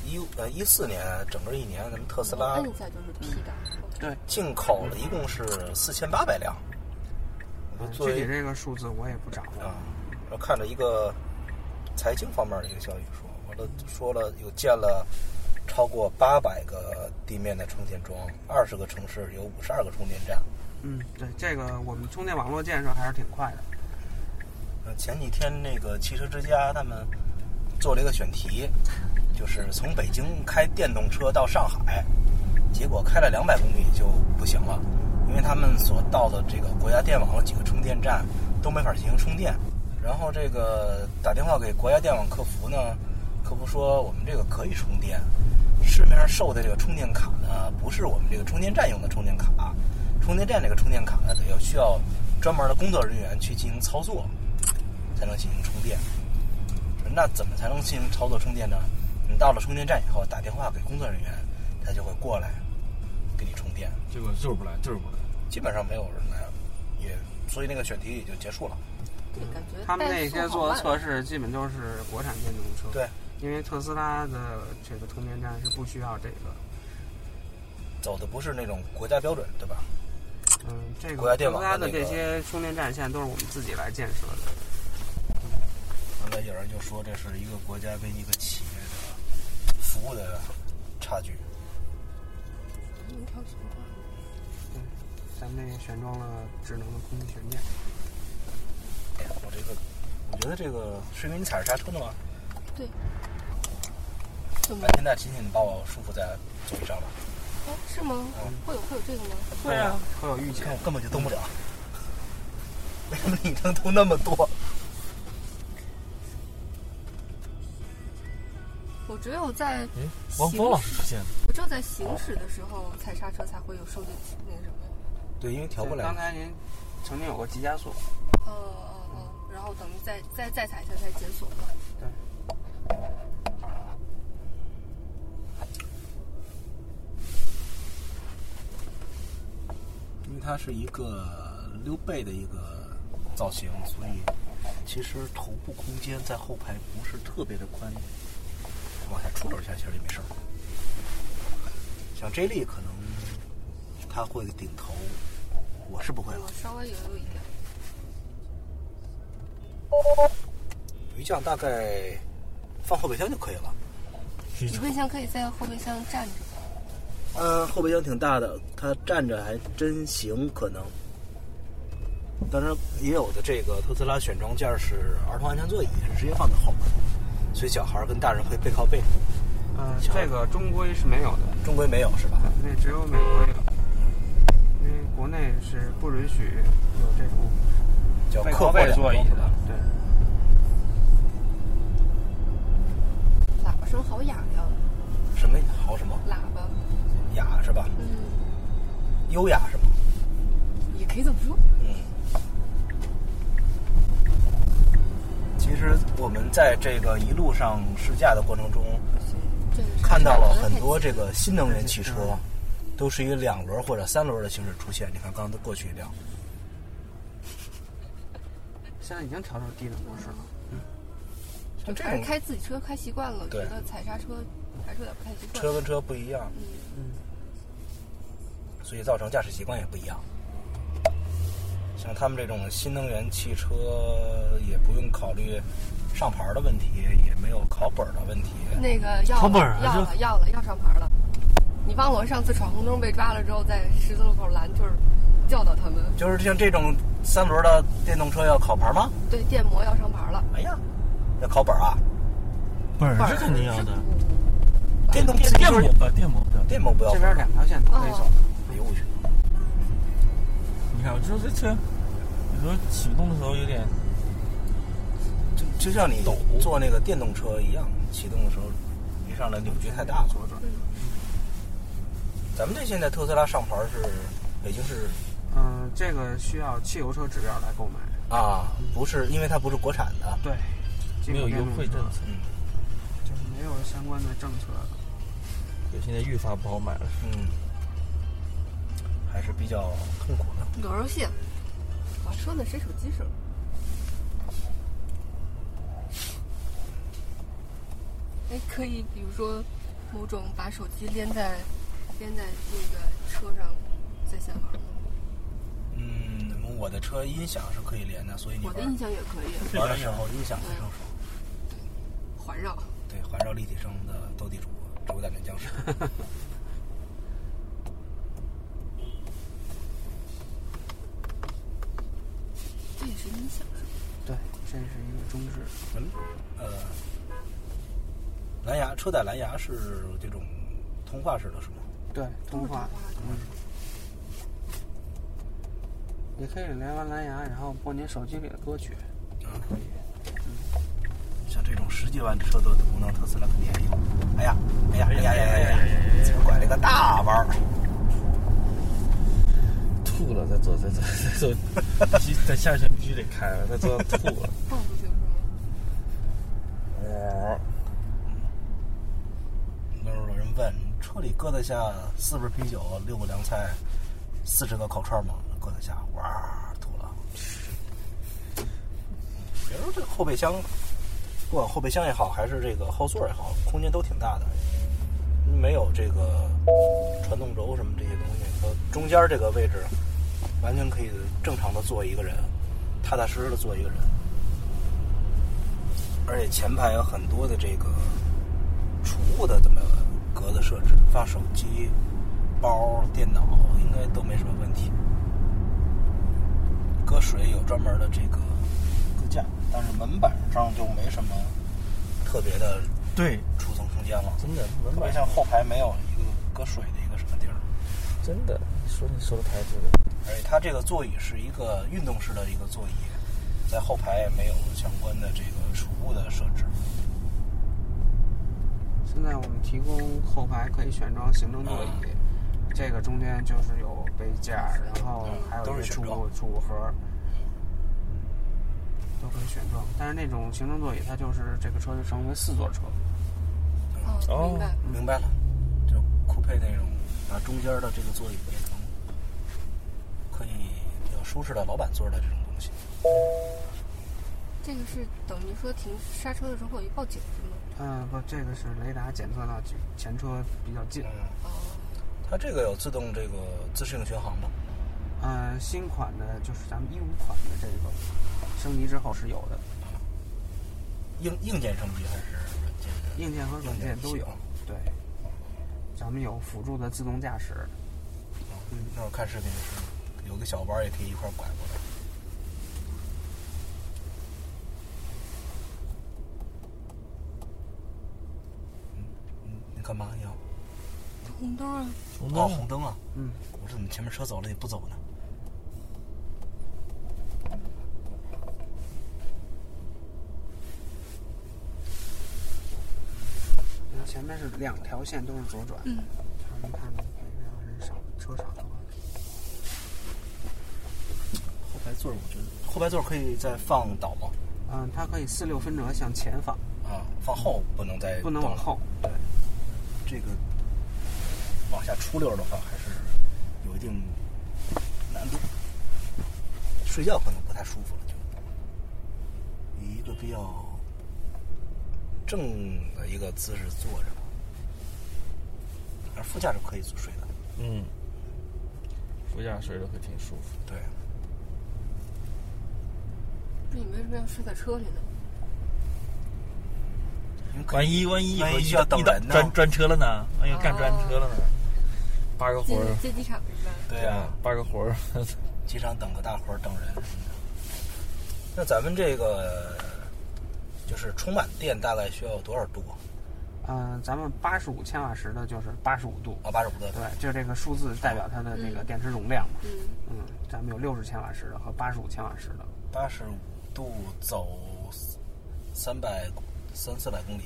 一呃一四年整个一年，咱们特斯拉嗯摁一下就是 P 档，对，进口了一共是四千八百辆。我就呃作嗯啊具体为这个数字我也不掌握。啊，然后看着一个财经方面的一个消息说，完了说了有建了超过八百个地面的充电桩，二十个城市有五十二个充电站。嗯，对，这个我们充电网络建设还是挺快的。呃前几天那个汽车之家他们做了一个选题，就是从北京开电动车到上海，结果开了两百公里就不行了，因为他们所到的这个国家电网的几个充电站都没法进行充电。然后这个打电话给国家电网客服呢，客服说我们这个可以充电，市面上售的这个充电卡呢，不是我们这个充电站用的充电卡，充电站这个充电卡呢，得要需要专门的工作人员去进行操作，才能进行充电。那怎么才能进行操作充电呢？你到了充电站以后，打电话给工作人员，他就会过来给你充电。结果就是不来，就是不来。基本上没有人来，也所以那个选题也就结束了。这感觉他们那怠些速好做的慢测试基本都是国产电动车。对，因为特斯拉的这个充电站是不需要这个，走的不是那种国家标准，对吧？嗯，这个国家电特网斯拉的那个这些充电站现在都是我们自己来建设的。完了，有人就说这是一个国家跟一个企业的服务的差距。能调什么话？咱们那个选装了智能的空气悬架，哎呀，我这个，我觉得这个是因为你踩着刹车呢吗？对，怎么那？现在紧紧地把我束缚在座椅上了，哎，是吗？嗯会有会有这个吗？会啊，会有预你警看。我根本就动不了。为什么你能动那么多？我只有在哎，王峰老师出现了，我只有在行驶的时候踩刹车才会有受力那个什么。对，因为调对刚才您曾经有过急加速，哦哦哦，然后等于再再再踩一下才解锁嘛。对。因为它是一个溜背的一个造型，所以其实头部空间在后排不是特别的宽裕，往下出溜一下其实也没事儿。像 J 莉可能他会顶头，我是不会了我。稍微也有一点。鱼酱大概放后备箱就可以了。嗯你备箱可以在后备箱站着，呃，后备箱挺大的，它站着还真行，可能。当然，也有的这个特斯拉选装件儿是儿童安全座椅，是直接放在后面的，所以小孩儿跟大人可以背靠背。嗯呃，这个中规是没有的，中规没有是吧？那只有美国有，因为国内是不允许有这种叫背客靠货背两座椅装是的吧。对，喇叭声好哑呀。什么豪什么？喇叭，雅是吧？嗯，优雅是吗？嗯也可以这么说。其实我们在这个一路上试驾的过程中，看到了很多这个新能源汽车，都是以两轮或者三轮的形式出现。你看，刚刚过去一辆，现在已经调成低的模式了。像这还是种开自己车开习惯了，觉对得踩刹车还是有点不太习惯。车跟车不一样，所以造成驾驶习惯也不一样。像他们这种新能源汽车，也不用考虑上牌的问题，也没有考本的问题。那个要考本儿了啊要了要了要上牌了。你忘了我上次闯红灯被抓了之后，在十字路口拦就是教导他们，就是像这种三轮的电动车要考牌吗？对电摩要上牌了。哎呀，要考本啊？本儿是肯定要的，哎电动电摩吧，电摩不要，电摩不要。这边两条线都可以走。哎呦我去！你看，我就说这车，有时候启动的时候有点就就像你坐那个电动车一样，启动的时候一上来扭矩太大了。咱们这现在特斯拉上牌是北京市嗯，这个需要汽油车指标来购买。啊，不是因为它不是国产的，对，没有优惠政策嗯，就是没有相关的政策。对，现在愈发不好买了。嗯，还是比较痛苦的。有游戏，我说呢，谁手机声？哎，可以，比如说某种把手机连在连在那个车上，在线玩吗。嗯，我的车音响是可以连的，所以你我玩的音响也可以玩的时候音响非常爽，环绕。对，环绕立体声的斗地主，主打战僵 尸。这也是音响是吧？对，这是一个中置。嗯，呃，蓝牙车载蓝牙是这种通话式的，是吗？对，通话。嗯。也可以连完蓝牙，然后播您手机里的歌曲。可以。像这种十几万车的功能，特斯拉肯定也有。哎呀，哎呀，哎呀，哎呀，哎呀，哎呀怎么拐了个大弯儿？吐了，再走，再走，再走，必须在下一圈必须得开了，再走到吐了。放不清楚。嗯哦，那时候有人问，车里搁得下四瓶啤酒、六个凉菜、四十个烤串吗？搁得下，哇，吐了。别说这个后备箱，不管后备箱也好，还是这个后座也好，空间都挺大的。没有这个传动轴什么这些东西，呃，中间这个位置完全可以正常的坐一个人，踏踏实实的坐一个人。而且前排有很多的这个储物的这么格子设置，放手机、包、电脑应该都没什么问题。搁水有专门的这个搁架，但是门板上就没什么特别的对储存空间了，真的门特别板像后排没有一个搁水的一个什么地儿。真的，说你说的太对了。而且它这个座椅是一个运动式的一个座椅，在后排也没有相关的这个储物的设置。现在我们提供后排可以选装行政座椅，这个中间就是有杯架，然后还有嗯一都个是选储物储物盒，都可以选装。但是那种行政座椅，它就是这个车就成为四座车。哦，明白。明白了，就酷配那种，把中间的这个座椅变成可以比较舒适的老板座的这种东西。这个是等于说停刹车的时候会有一报警是吗？嗯，不，这个是雷达检测到前车比较近。嗯它这个有自动这个自适应巡航吗？嗯，新款的就是咱们一五款的这个升级之后是有的，硬硬件升级还是软件的？硬件和软件都有硬。对，咱们有辅助的自动驾驶。嗯，那我看视频是有个小弯儿也可以一块儿拐过来。嗯嗯，你干嘛你要？红灯啊，红灯、哦，红灯啊！嗯，我说怎么前面车走了你不走呢？因为前前面是两条线都是左转。嗯。你看，然后人少，车少的话，后排座儿我觉得后排座儿可以再放倒吗？嗯，它可以四六分折向前放。啊，放后不能再不能往后。对，这个往下出溜儿的话，还是有一定难度。睡觉可能不太舒服了，就以一个比较正的一个姿势坐着吧。而副驾是可以睡的。嗯，副驾睡着会挺舒服。对，那你为什么要睡在车里呢？万一万一万一回去需要等一到人呢啊专专车了呢？万一干专车了呢？八个接活哦儿，接机场是吧？对啊，八个活儿， 机场等个大伙儿等人。那咱们这个就是充满电大概需要多少度啊？嗯，咱们八十五千瓦时的就是八十五度。啊，八十五度。对，就这个数字代表它的这个电池容量嘛。嗯。嗯，咱们有六十千瓦时的和八十五千瓦时的。八十五度走三百三四百公里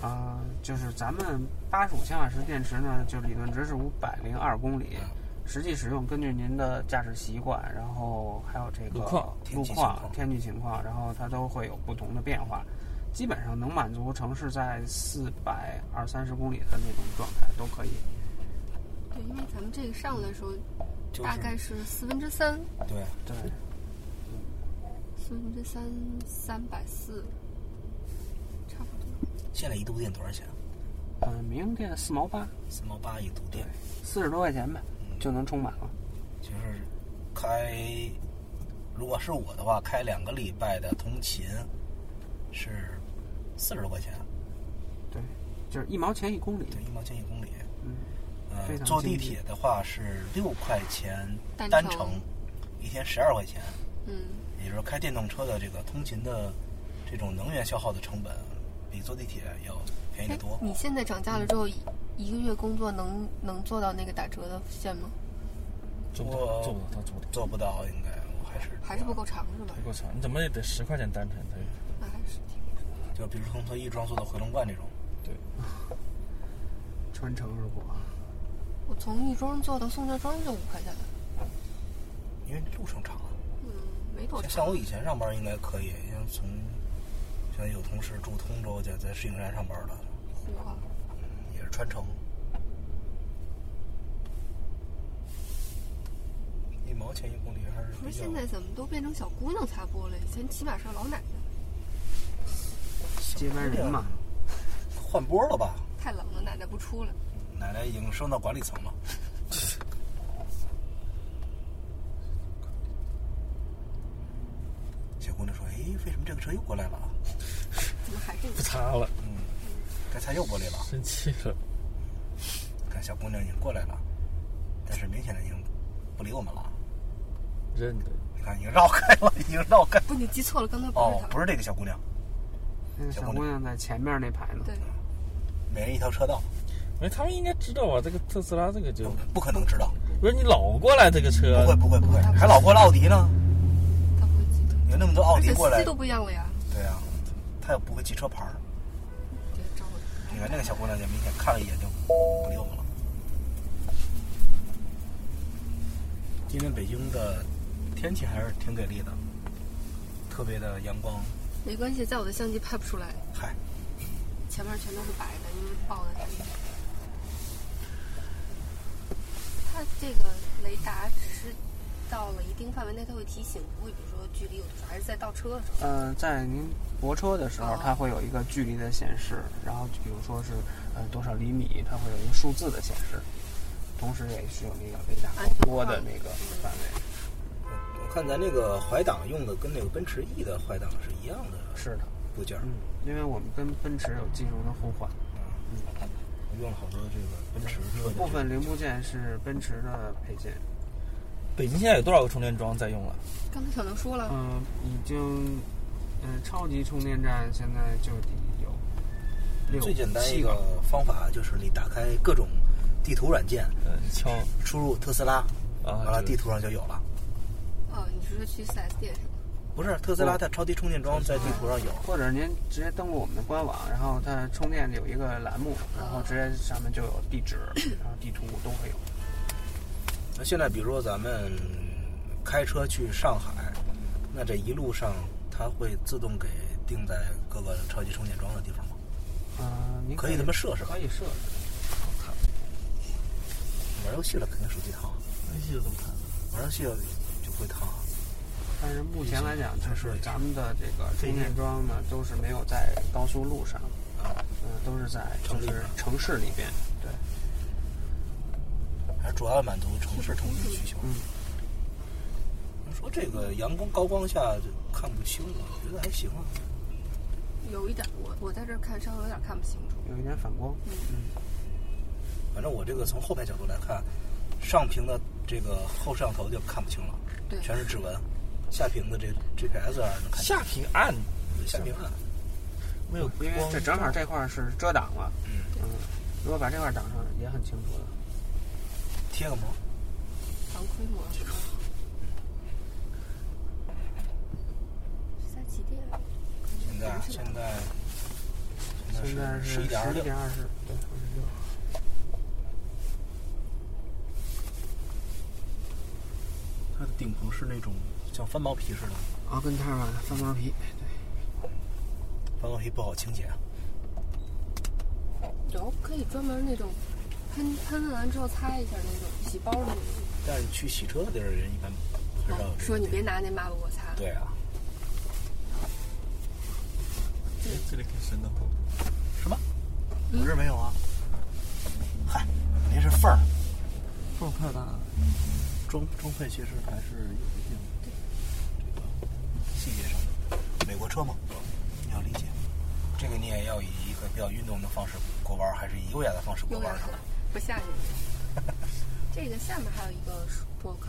啊，啊、就是咱们八十五千瓦时啊电池呢，就理论值是五百零二公里，实际使用根据您的驾驶习惯，然后还有这个路况路天气情况、况天气情况，然后它都会有不同的变化。基本上能满足城市在四百二三十公里的那种状态都可以。对，因为咱们这个上来的时候，就是大概是四分之三，对对，四分之三三百四，差不多。现在一度电多少钱啊？嗯、民用电四毛八，四毛八一度电，四十多块钱吧，就能充满了。就是开，如果是我的话，开两个礼拜的通勤是四十多块钱，啊对，就是一毛钱一公里。对，一毛钱一公里。嗯，非呃，常坐地经济铁的话是六块钱单单程程，一天十二块钱。嗯，也就是说，开电动车的这个通勤的这种能源消耗的成本，比坐地铁要便宜得哎多，。你现在涨价了之后，一一个月工作能能做到那个打折的线吗？做不我到，做不到，做不到，做不到，应该我还是还是不够长是吧太？够长，你怎么也得十块钱单程才那还是挺就比如说从它亦庄做到回龙观这种，对。穿城而过。我从亦庄坐到宋家庄就五块钱了，因为路程长啊。嗯，没多像长。像我以前上班应该可以，因为从现在有同事住通州，在在石景山上班的，哇也是穿城，一毛钱一公里还是不比是较现在怎么都变成小姑娘擦玻了？以前起码是老奶奶，接班人嘛，换波了吧？太冷了，奶奶不出了。奶奶已经升到管理层了。小姑娘说：“哎，为什么这个车又过来了？怎么还是你不？擦了，嗯，这才又过来了。生气了。看小姑娘已经过来了，但是明显的已经不理我们了。认得，你看，已经绕开了，已经绕开。不，你记错了，刚才不是哦她，。不是这个小姑娘，那个嗯小姑娘在前面那排呢。对，每人一条车道，哎，他们应该知道啊，这个特斯拉这个就不可能知道。不是你老过来这个不车会，，不会，不会，还老过了奥迪呢？她不会记得。有那么多奥而迪且过司来机，都不一样了呀。对啊，他也不会记车牌儿。对，找我。你看那个小姑娘，就明显看了一眼就不理我们了。今天北京的天气还是挺给力的，特别的阳光。没关系，在我的相机拍不出来，嗨，前面全都是白的，因为爆的太厉害。它这个雷达只是到了一定范围内，它会提醒，不会比如说距离有多少，还是在倒车的时候。呃，在您泊车的时候哦，它会有一个距离的显示，然后比如说是呃多少厘米，它会有一个数字的显示，同时也是有那个雷达安全广播的范围那个范围。我看咱这个怀档用的跟那个奔驰 E 的怀档是一样的是的，部件儿，嗯，因为我们跟奔驰有技术的互换，我用了好多这个奔驰 E 车的部分零部件是奔驰的配件。北京现在有多少个充电桩在用了？刚才小能说了，嗯，已经，嗯、超级充电站现在就得有六最简单一七个方法就是你打开各种地图软件，呃，敲输入特斯拉，啊完了这个地图上就有了。哦，你是说去 4S 店是吧？不是特斯拉它超低充电桩在地图上有，或者您直接登录我们的官网，然后它充电有一个栏目，然后直接上面就有地址，然后地图都会有。那现在比如说咱们开车去上海，那这一路上它会自动给定在各个超级充电桩的地方吗？嗯，您可以这么设是吧可以设置。玩游戏了肯定手机烫，啊游戏怎么看？玩游戏了就会烫。啊但是目前来讲，就是咱们的这个充电桩呢，都是没有在高速路上，嗯，都是在就是城市里边，对。还主要满足城市通勤需求。嗯，说这个阳光高光下就看不清了，我觉得还行啊。有一点，我我在这儿看稍微有点看不清楚。有一点反光。嗯，反正我这个从后排角度来看，上屏的这个后摄像头就看不清了，对全是指纹。下屏的这 GPS 啊能看清下屏暗，对下屏啊暗。没有因为光这正好这块儿是遮挡了，嗯如果把这块儿挡上也很清楚的。贴个膜。防窥膜。是在几啊点？现在啊现在现在是是11:26十一点二十，对，二十六。它的顶棚是那种像翻毛皮似的，啊，跟它吧，翻毛皮，翻毛皮不好清洁啊。有可以专门那种喷喷完之后擦一下那种洗包的那种。但是你去洗车的地儿人一般很少有这种。哎说你别拿那抹布我擦。 对啊，这这里可以升的厚。什么？我嗯这儿没有啊。嗨，那是缝儿，缝太大了。装装配其实还是有一定这个细节上的。美国车嘛，你要理解，这个你也要以一个比较运动的方式过弯儿，还是以优雅的方式过优弯雅儿呢？的，不吓你。 这个下面还有一个波稿，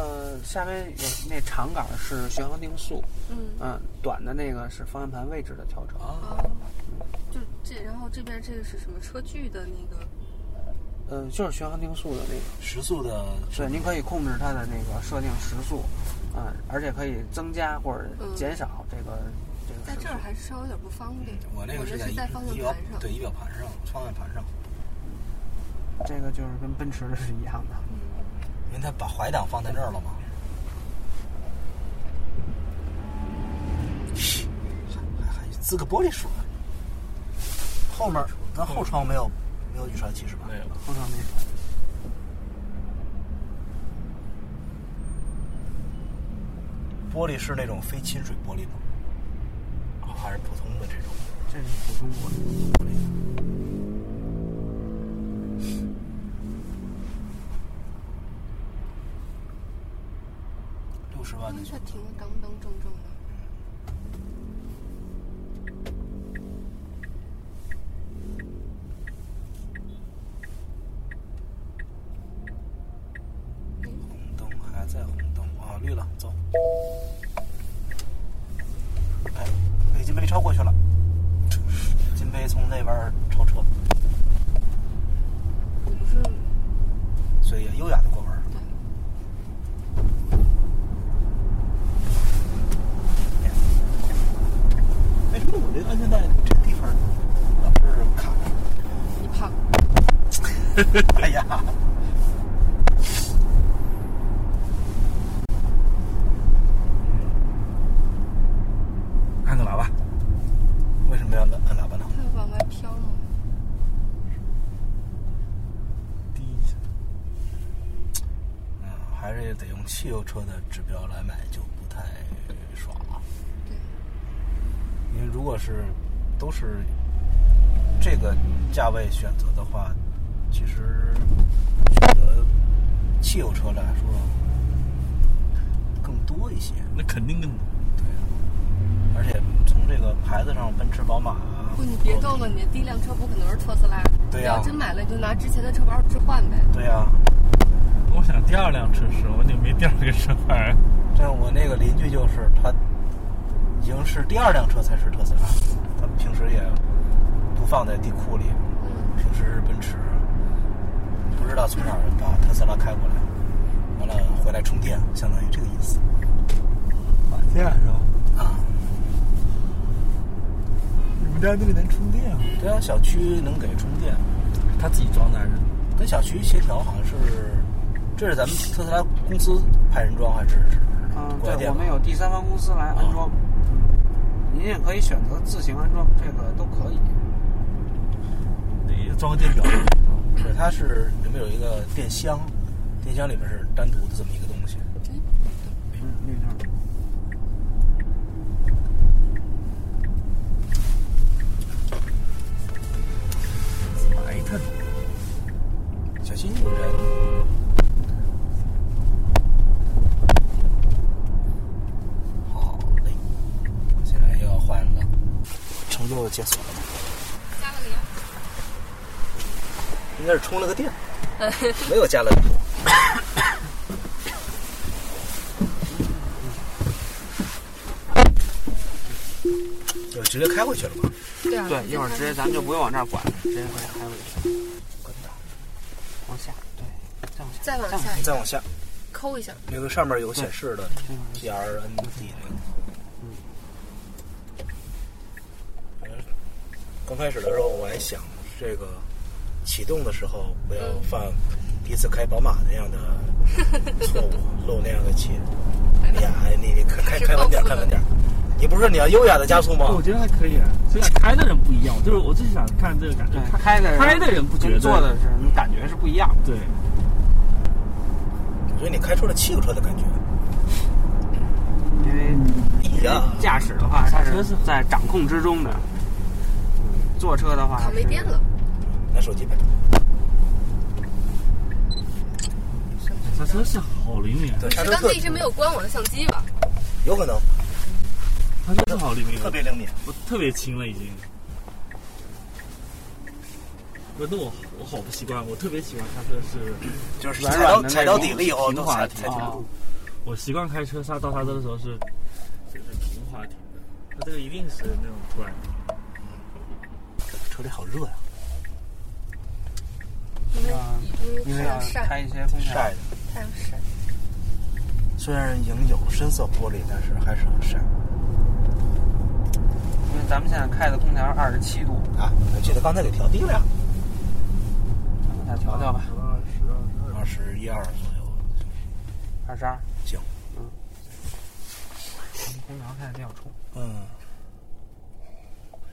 呃，下面有那长杆儿是巡航定速，嗯嗯，短的那个是方向盘位置的调整。啊，哦就这，然后这边这个是什么车距的那个？嗯，就是巡航定速的那个，时速的对，您可以控制它的那个设定时速，嗯，而且可以增加或者减少这个、这个嗯在时速这儿还是稍微有点不方便。嗯我那个是的是仪在方向仪表盘上。哦哦对仪表盘上，方向盘上，这个就是跟奔驰的是一样的。因为它把怀档放在这儿了嘛。嘘还还还滋个玻璃水儿。后面儿咱后窗没有没有雨刷器是吧？没有。后窗没有。玻璃是那种非侵水玻璃吗？哦还是普通的这种？这是普通玻璃。六十万的这停的当当正正的。红灯还在红灯啊，绿了，走。哎，被金杯超过去了，金杯从那边儿超车，我不是所以优雅的过弯儿。为什么我这个安全带这地方老是卡你胖，着？ 哎呀，按个喇叭，为什么要按按喇叭呢？它往外飘吗？滴一下，嗯，还是得用汽油车的指标来买，就不太爽了。对，因为如果是都是这个价位选择的话，其实选择汽油车来说更多一些。啊那肯定更多。而且从这个牌子上，奔驰、宝马啊，不，你别逗了，你的第一辆车不可能是特斯拉。对啊你呀要真买了，你就拿之前的车牌置换呗。对啊呀、我想第二辆车是，我就没第二个车牌。像我那个邻居就是他，已经是第二辆车才是特斯拉，他平时也不放在地库里，嗯平时是奔驰，不知道从哪儿把特斯拉开过来，完了回来充电，相当于这个意思。这样是吧？啊，你们家那里能充电啊？对啊，小区能给充电，他自己装的还是？跟小区协调，好像是，这是咱们特斯拉公司派人装还是？啊嗯，国家对，电我吧们有第三方公司来安装，嗯您也可以选择自行安装，这个都可以。得装个电表，对，它是里面有一个电箱，电箱里面是单独的这么一个东西。嗯，绿灯。埋汰小心有人。好嘞，现在又要换了。成就解锁了吗？加了个油。应该是充了个电，嗯没有加了油。 就直接开回去了吧？对啊对，一会儿直接咱们就不用往那儿管了，直接可以开回去。滚蛋！往下，对，再往下，再往下再往下，抠一下，那个上面有显示的 G R N D 那个。嗯刚开始的时候我还想，这个启动的时候不要犯第一次开宝马那样 的错误，漏那样的气。哎呀，你你开开开稳点，开稳点。你不是说你要优雅的加速吗？我觉得还可以啊，虽然开的人不一样， 就是我就是想看这个感觉。开的开的人不觉得，跟坐的是感觉是不一样。对，我觉得你开出了汽油车的感觉。因为哎因为驾驶的话，它是在掌控之中的；坐车的话，靠，没电了。拿手机呗。刹车是好灵敏啊，对是刚才一直没有关我的相机吧？有可能。刹车是好灵敏，特别灵敏，我特别轻了已经。不是，那我我好不习惯，我特别喜欢刹车是，就是软踩到软的那种踩到底了以后平都滑踩停踩。啊我习惯开车刹到刹车的时候是，就是平滑停的，它这个一定是那种突然停。车里好热啊呀、因为因因为为太阳晒，开一些空晒的。太阳晒。虽然已经有深色玻璃，但是还是很晒。因为咱们现在开的空调二十七度啊，我记得刚才给调低了呀，咱们再调调吧，二十一二左右。二十二。行，嗯，空调开的比较冲。嗯，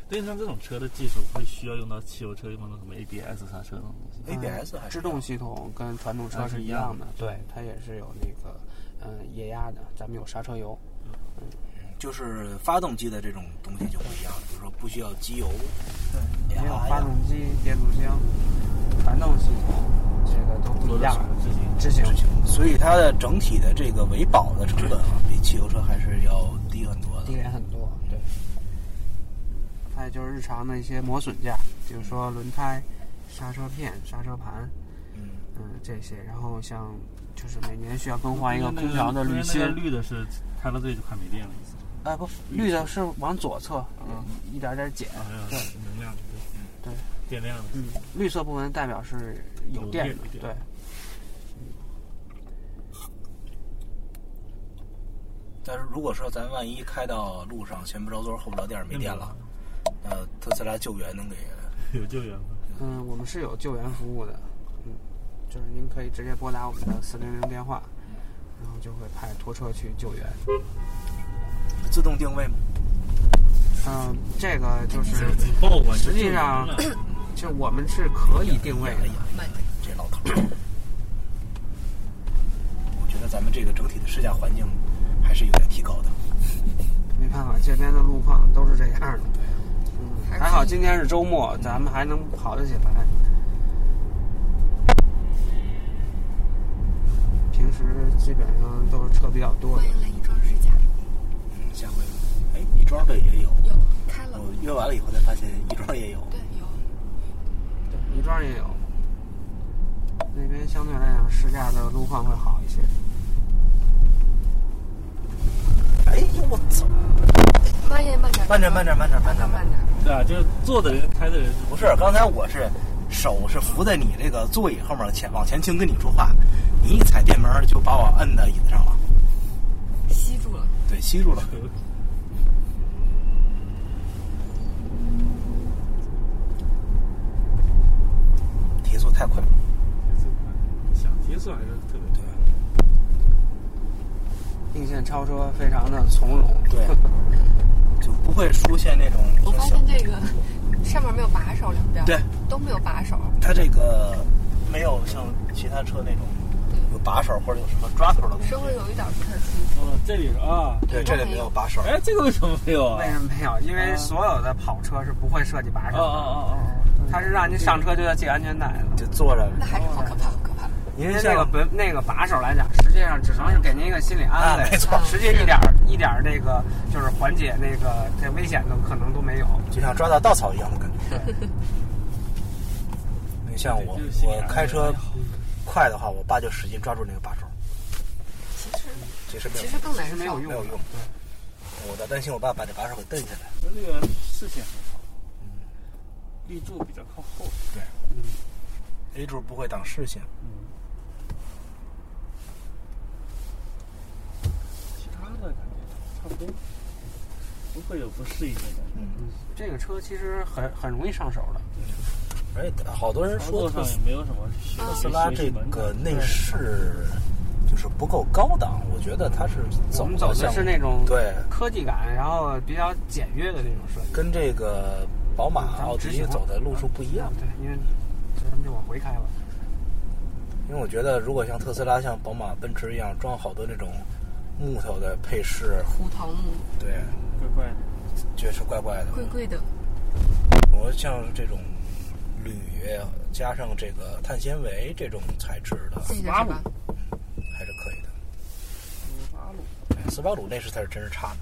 对，像这种车的技术会需要用到汽油车用那种什么 ABS 刹车那种东西。嗯制动系统跟传统车是一样的啊，是一样的对，它也是有那个嗯液压的，咱们有刹车油，就是发动机的这种东西就不一样，比如说不需要机油，对，也有发动机、变速箱、传动系统，这个都不一样。执行，所以它的整体的这个维保的成本啊，比汽油车还是要低很多的。低廉很多，对。还有就是日常的一些磨损件，比如说轮胎、刹车片、刹车盘，嗯这些。然后像就是每年需要更换一个空调的滤芯，那个绿的是开到这里就快没电了，已经。啊不，绿的是往左侧，一点点减，对，能量对，电量的。嗯，绿色部分代表是有有电电的有，电对。但是如果说咱万一开到路上前不着村后不着店没电了，呃，特斯拉救援能给 有救援吗？嗯，我们是有救援服务的，嗯，就是您可以直接拨打我们的四零零电话，然后就会派拖车去救援。自动定位吗？嗯，这个就是报吧实际上，就我们是可以定位的。这老头儿。我觉得咱们这个整体的试驾环境还是有待提高的。没办法，这边的路况都是这样的。嗯，还好今天是周末，咱们还能跑得起来。平时基本上都是车比较多的。嗯，下回，哎，亦庄的也有，有开了。我约完了以后才发现亦庄也有。对，有。对，亦庄也有。那边相对来讲，试驾的路况会好一些。哎呦我操！慢点，慢点。慢点，慢点，慢点，慢点，慢点。对啊，就是坐的人开的人是不是？刚才我是手是扶在你这个座椅后面前往前倾跟你说话，你一踩电门就把我摁到椅子上了。吸住了。对，吸住了。提速太快了，想提速还是特别对。并线超车非常的从容，对，就不会出现那种我发现这个上面没有把手，两边对都没有把手，它这个没有像其他车那种有把手或者有什么抓头的东西。稍微有一点不太舒服。哦，这里啊，对，这里没有把手。哎，这个为什么没有啊？为什么没有？嗯因为所有的跑车是不会设计把手的，哦哦它是让你上车就要系安全带的，就坐着。那还是好可怕，好可怕。因为那个不那个把手来讲，实际上只能是给您一个心理安慰，啊没错实际一点儿一点儿那个就是缓解那个这危险的可能都没有，就像抓到稻草一样的感觉。 你像我，我开车快的话，我爸就使劲抓住那个把手，其实其实没有，其实更难受没有用，没有用。我在担心我爸把这把手给蹬下来。那这个视线很好，立柱比较靠后。对，A 柱不会挡视线。其他的感觉差不多，不会有不适应的感觉。嗯，这个车其实很很容易上手的，而且哎好多人说操作特上斯也没有什么需要特斯拉这个内饰就是不够高档，我觉得它是我走们走的向是那种对，科技感，然后比较简约的那种设计，跟这个宝马、奥迪走的路数不一样。啊对，因为所以咱们就往回开吧。因为我觉得，如果像特斯拉、像宝马、奔驰一样装好多那种木头的配饰，胡桃木，对，怪怪的。觉是怪怪的。贵贵的，我像这种铝啊加上这个碳纤维这种材质的，记着是吧？还是可以的。斯巴鲁，哎斯巴鲁内饰才是真是差的，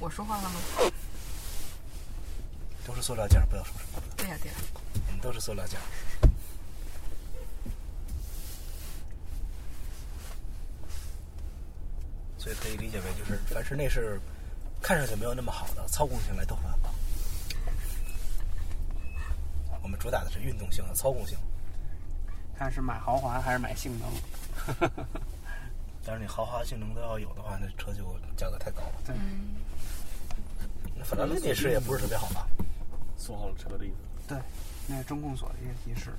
我说话了吗？都是塑料件儿，不要说什么，对呀、对呀、我们都是塑料件儿。所以可以理解为，就是凡是内饰看上去没有那么好的，操控性来都很棒。我们主打的是运动性和操控性。看是买豪华还是买性能？但是你豪华性能都要有的话，那车就价格太高了。对，那法拉利内饰也不是特别好吧？锁好了车的意思。对，那是中控锁的一个提示。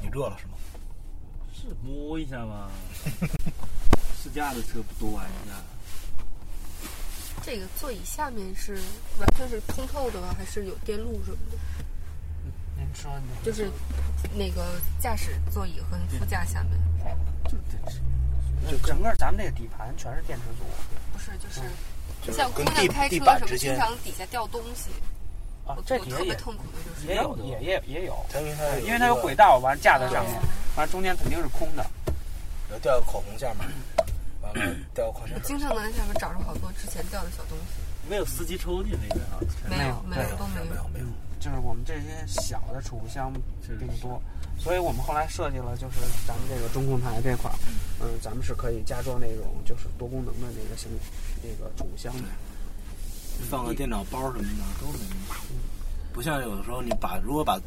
你热了是吗？是摸一下嘛。 试驾的车不多啊玩一下，这个座椅下面是完全是通透的吗？还是有电路什么的？您说呢？就是那个驾驶座椅和副驾下面，就电池，就整个咱们这个底盘全是电池组。不是就是嗯就是像姑跟娘地开车地什板么，之经间常底下掉东西，啊我，这我底下特别也痛苦的就是也有也也也有，它因为它因为它有轨道完架在上面，完中间肯定是空的。有掉个口红下面，完了掉个矿泉水我经，常能在上面找着好多之前掉的小东西，没有司机抽屉那个啊，全没有没没有有都哎没没有有，没有，就是我们这些小的储物箱是并不多，所以我们后来设计了，就是咱们这个中控台这块儿，嗯、咱们是可以加装那种就是多功能的那个行那个储物箱的。放个电脑包什么的都能。不像有的时候你把如果把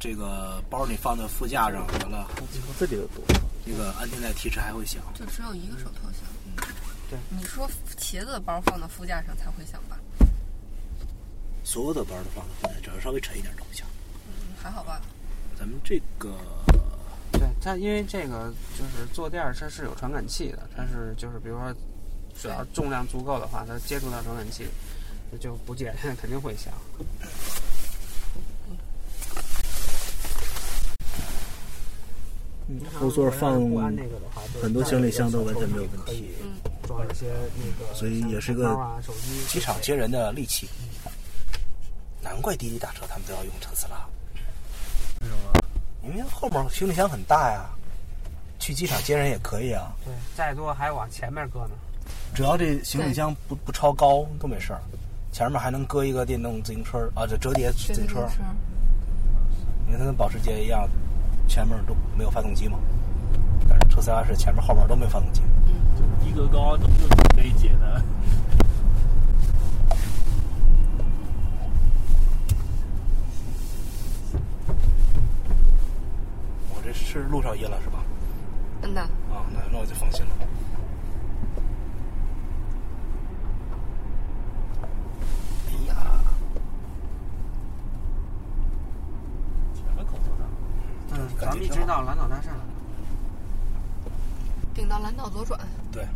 这个包你放在副驾上，完了这里有多？那个安全带提示还会响。就只有一个手套箱。嗯对，你说茄子的包放到副驾上才会响吧？所有的包都放在副驾，只要稍微沉一点都不响。嗯，还好吧？咱们这个对，它因为这个就是坐垫儿，它是有传感器的，它是就是比如说，只要重量足够的话，它接触到传感器，那就不接 肯定会响。嗯后座放不安那个的话，就是很多行李箱都完全没有问题可以装一些那个，所以也是个啊、手机机场接人的利器。难怪滴滴打车他们都要用特斯拉，没有啊。因为后面行李箱很大呀，去机场接人也可以啊，对，再多还往前面搁呢。只要这行李箱不不超高都没事儿。前面还能搁一个电动自行车啊，这折叠自行车，你看它跟保时捷一样，前面都没有发动机嘛，但是特斯拉是前面后面都没有发动机。逼格高，都是可以解的。我这是路上噎了是吧？嗯呐，啊，那嗯到蓝岛大厦，顶到蓝岛左转。对。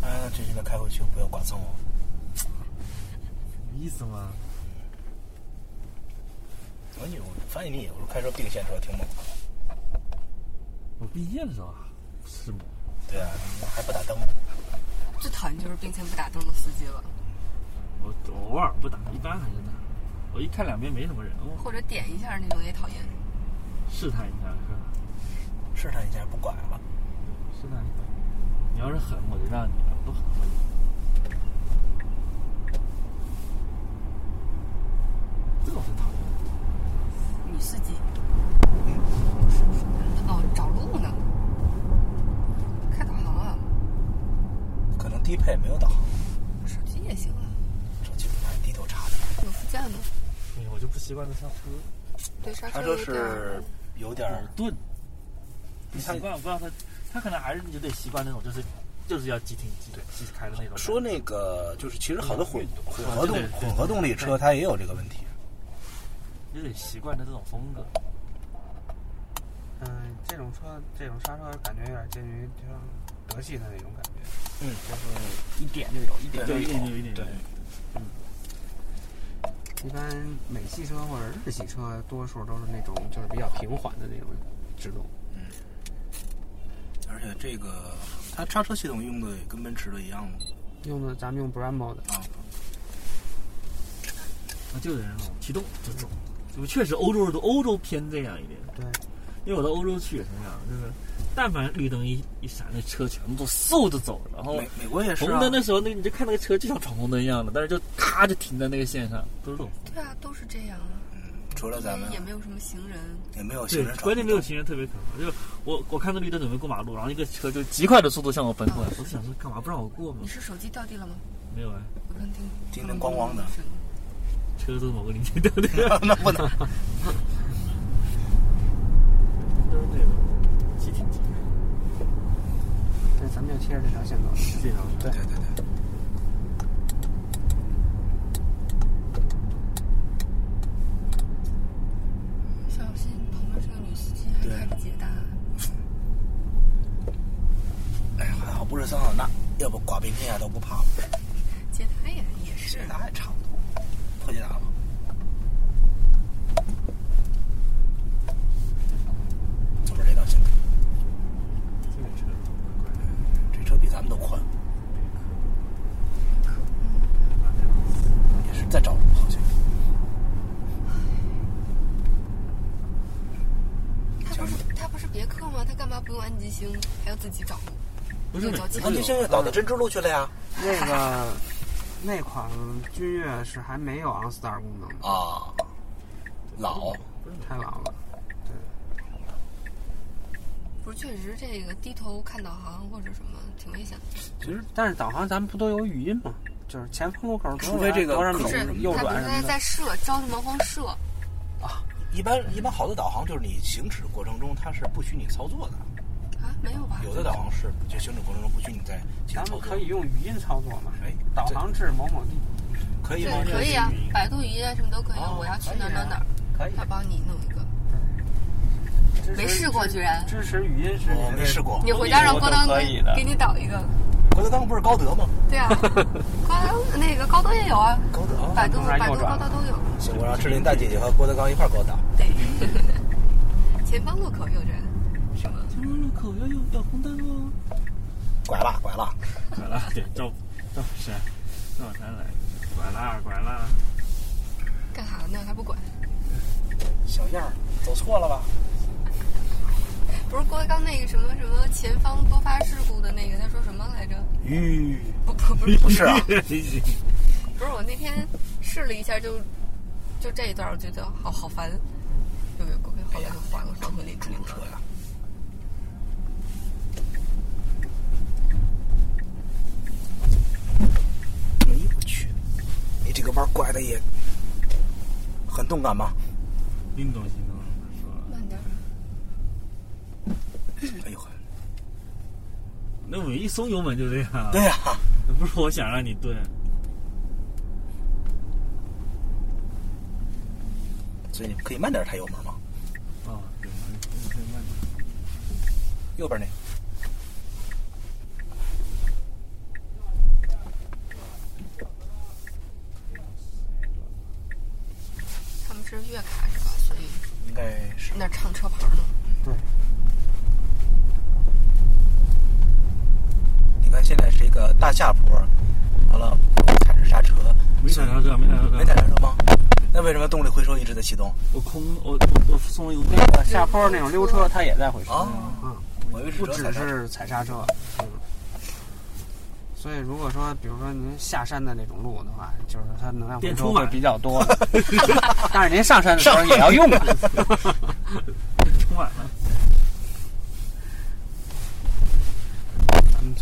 啊，这是在开会去，不要剐蹭我。有意思吗？我有，发现你有时候开车并线车挺猛。我毕业的时候啊，是吗？对啊，还不打灯。最讨厌就是并线不打灯的司机了，我偶尔不打，一般还是打。我一看两边没什么人，我或者点一下那种也讨厌。试探一下是吧？试探一下不管了。试探一下，你要是狠我就让你，啊不狠我就。这种很讨厌。女司机。哦，找路呢，开导航啊，可能低配没有导航，手机也行啊，手机不还低头查的。有附件吗？哎，我就不习惯这刹车，对，刹刹车车有点儿是有点儿钝，不习惯，我不知道他，他可能还是你就得习惯那种，就是就是要急停急对急开的那种。说那个就是，其实好多混混合动对对对混合动力车它也有这个问题。你得习惯他这种风格。嗯、这种车这种刹车感觉有点接近于就像德系的那种感觉，嗯，就是一点就有，一点就一点有一点对，一般美系车或者日系车，多数都是那种就是比较平缓的那种制动。而且这个它刹车系统用的也跟奔驰的一样吗？用的咱们用 Brembo 的啊，啊，这个人哦，启动就走，就确实欧洲人都欧洲偏这样一点。对，因为我到欧洲去也同样，就是但凡绿灯一一闪，那车全部都嗖的走，然后美美国也是啊红灯的时候，那你就看那个车就像闯红灯一样的，但是就咔就停在那个线上，都是这种。对啊，都是这样啊。除了咱们也没有什么行人，也没有对，关键没有行人特别可怕。就是我我看着绿灯准备过马路，然后一个车就极快的速度向我奔过来，我就想说干嘛不让我过嘛你？是手机掉地了吗？没有啊，我刚听叮叮咣咣的， 车都是某个零件掉 的，那不能。都是这种急停急开。对，咱们就贴着这条线走。这条对对对对。小心旁边是个女司机，还开着捷达。哎，还好不是桑塔纳，要不刮遍天下都不怕了。捷达也也是，捷达也差不多，破捷达吧。左边这道进来，这个车这车比咱们都宽。也是在找路，好像。他不是他不是别克吗？他干嘛不用安吉星，还要自己找路？不是着急安吉星也倒到真之路去了呀。那个那款君越是还没有 OnStar 功能的啊，老，太老了。不是，确实这个低头看导航或者什么挺危险的。其实，但是导航咱们不都有语音吗？就是前方路口多少除非这个多少米不是，右他不转是什他么在的。射，着急忙慌啊射。一般一般好的导航就是你行驶过程中它是不许你操作的，啊，没有吧？有的导航是就行驶过程中不许你在进行咱操们作可。以用语音操作嘛？哎，导航至某某地，可以吗对，？可以啊，百度语音啊什么都可以。我要去哪儿哪儿哪儿，他帮你弄一个。没试过，居然。支持语音识别。我哦没试过。你回家让郭当德纲给给你导一个。郭德纲不是高德吗？对啊，高德那个高德也有啊，高德啊百度从哪儿百右度转高德都有。行，我让志玲大姐姐和郭德纲一块儿给我打。前方路口右转，什么？前嗯方路口要有要红灯哦。拐了，拐了，拐了，对，赵赵本山，赵本山来，拐啦拐啦，干啥呢？还不管？小样儿，走错了吧？不是郭德纲那个什么什么前方多发事故的那个，他说什么来着？吁，不不不是不 是啊，不是我那天试了一下就，就这一段我觉得好好烦，又有狗，后来就还了，还回那个那车呀。哎呦我去，你这个弯儿拐的也很动感吧？运动行动，说了。慢点儿。哎呦呵，那我一松油门就这啊样。对呀、不是我想让你蹲，所以你可以慢点抬油门吗？啊，对，你可以慢点。右边那个。他们是月卡是吧？所以应该是那唱车牌呢。对，你看现在是一个大下坡，完了踩着刹车，没踩刹车，没踩刹车，没踩刹车吗？那为什么动力回收一直在启动？我空，我我松了油门。下坡那种溜车，它也在回收啊。嗯，我以为不只有只踩刹车是踩刹车。嗯。所以，如果说，比如说您下山的那种路的话，就是它能量回电收出会吧比较 多。但是您上山的时候也要 用啊。充满了。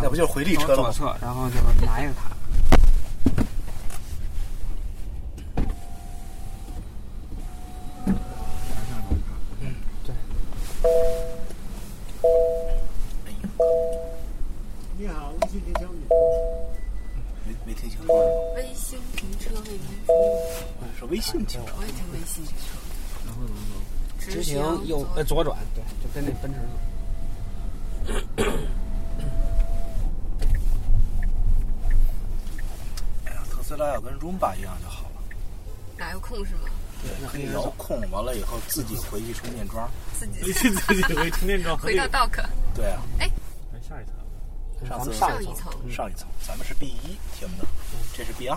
那不就是回力车了走吗左侧，然后就是拿一个卡。嗯，对。你好，微信停车位。没没听清楚。微星停车为您服务。我说微信停车，我也听微信停车。然后怎么走？直行右呃左转，对，就跟那奔驰似哎呀，特斯拉要跟 Roomba 一样就好了，哪有空是吗？对，可以遥控，完了以后自己回去充电桩。自己自己回充电桩回到 dock。对啊，哎，来下一层。上咱次们上一层嗯上一层，咱们是 B 一听的，这是 B 二，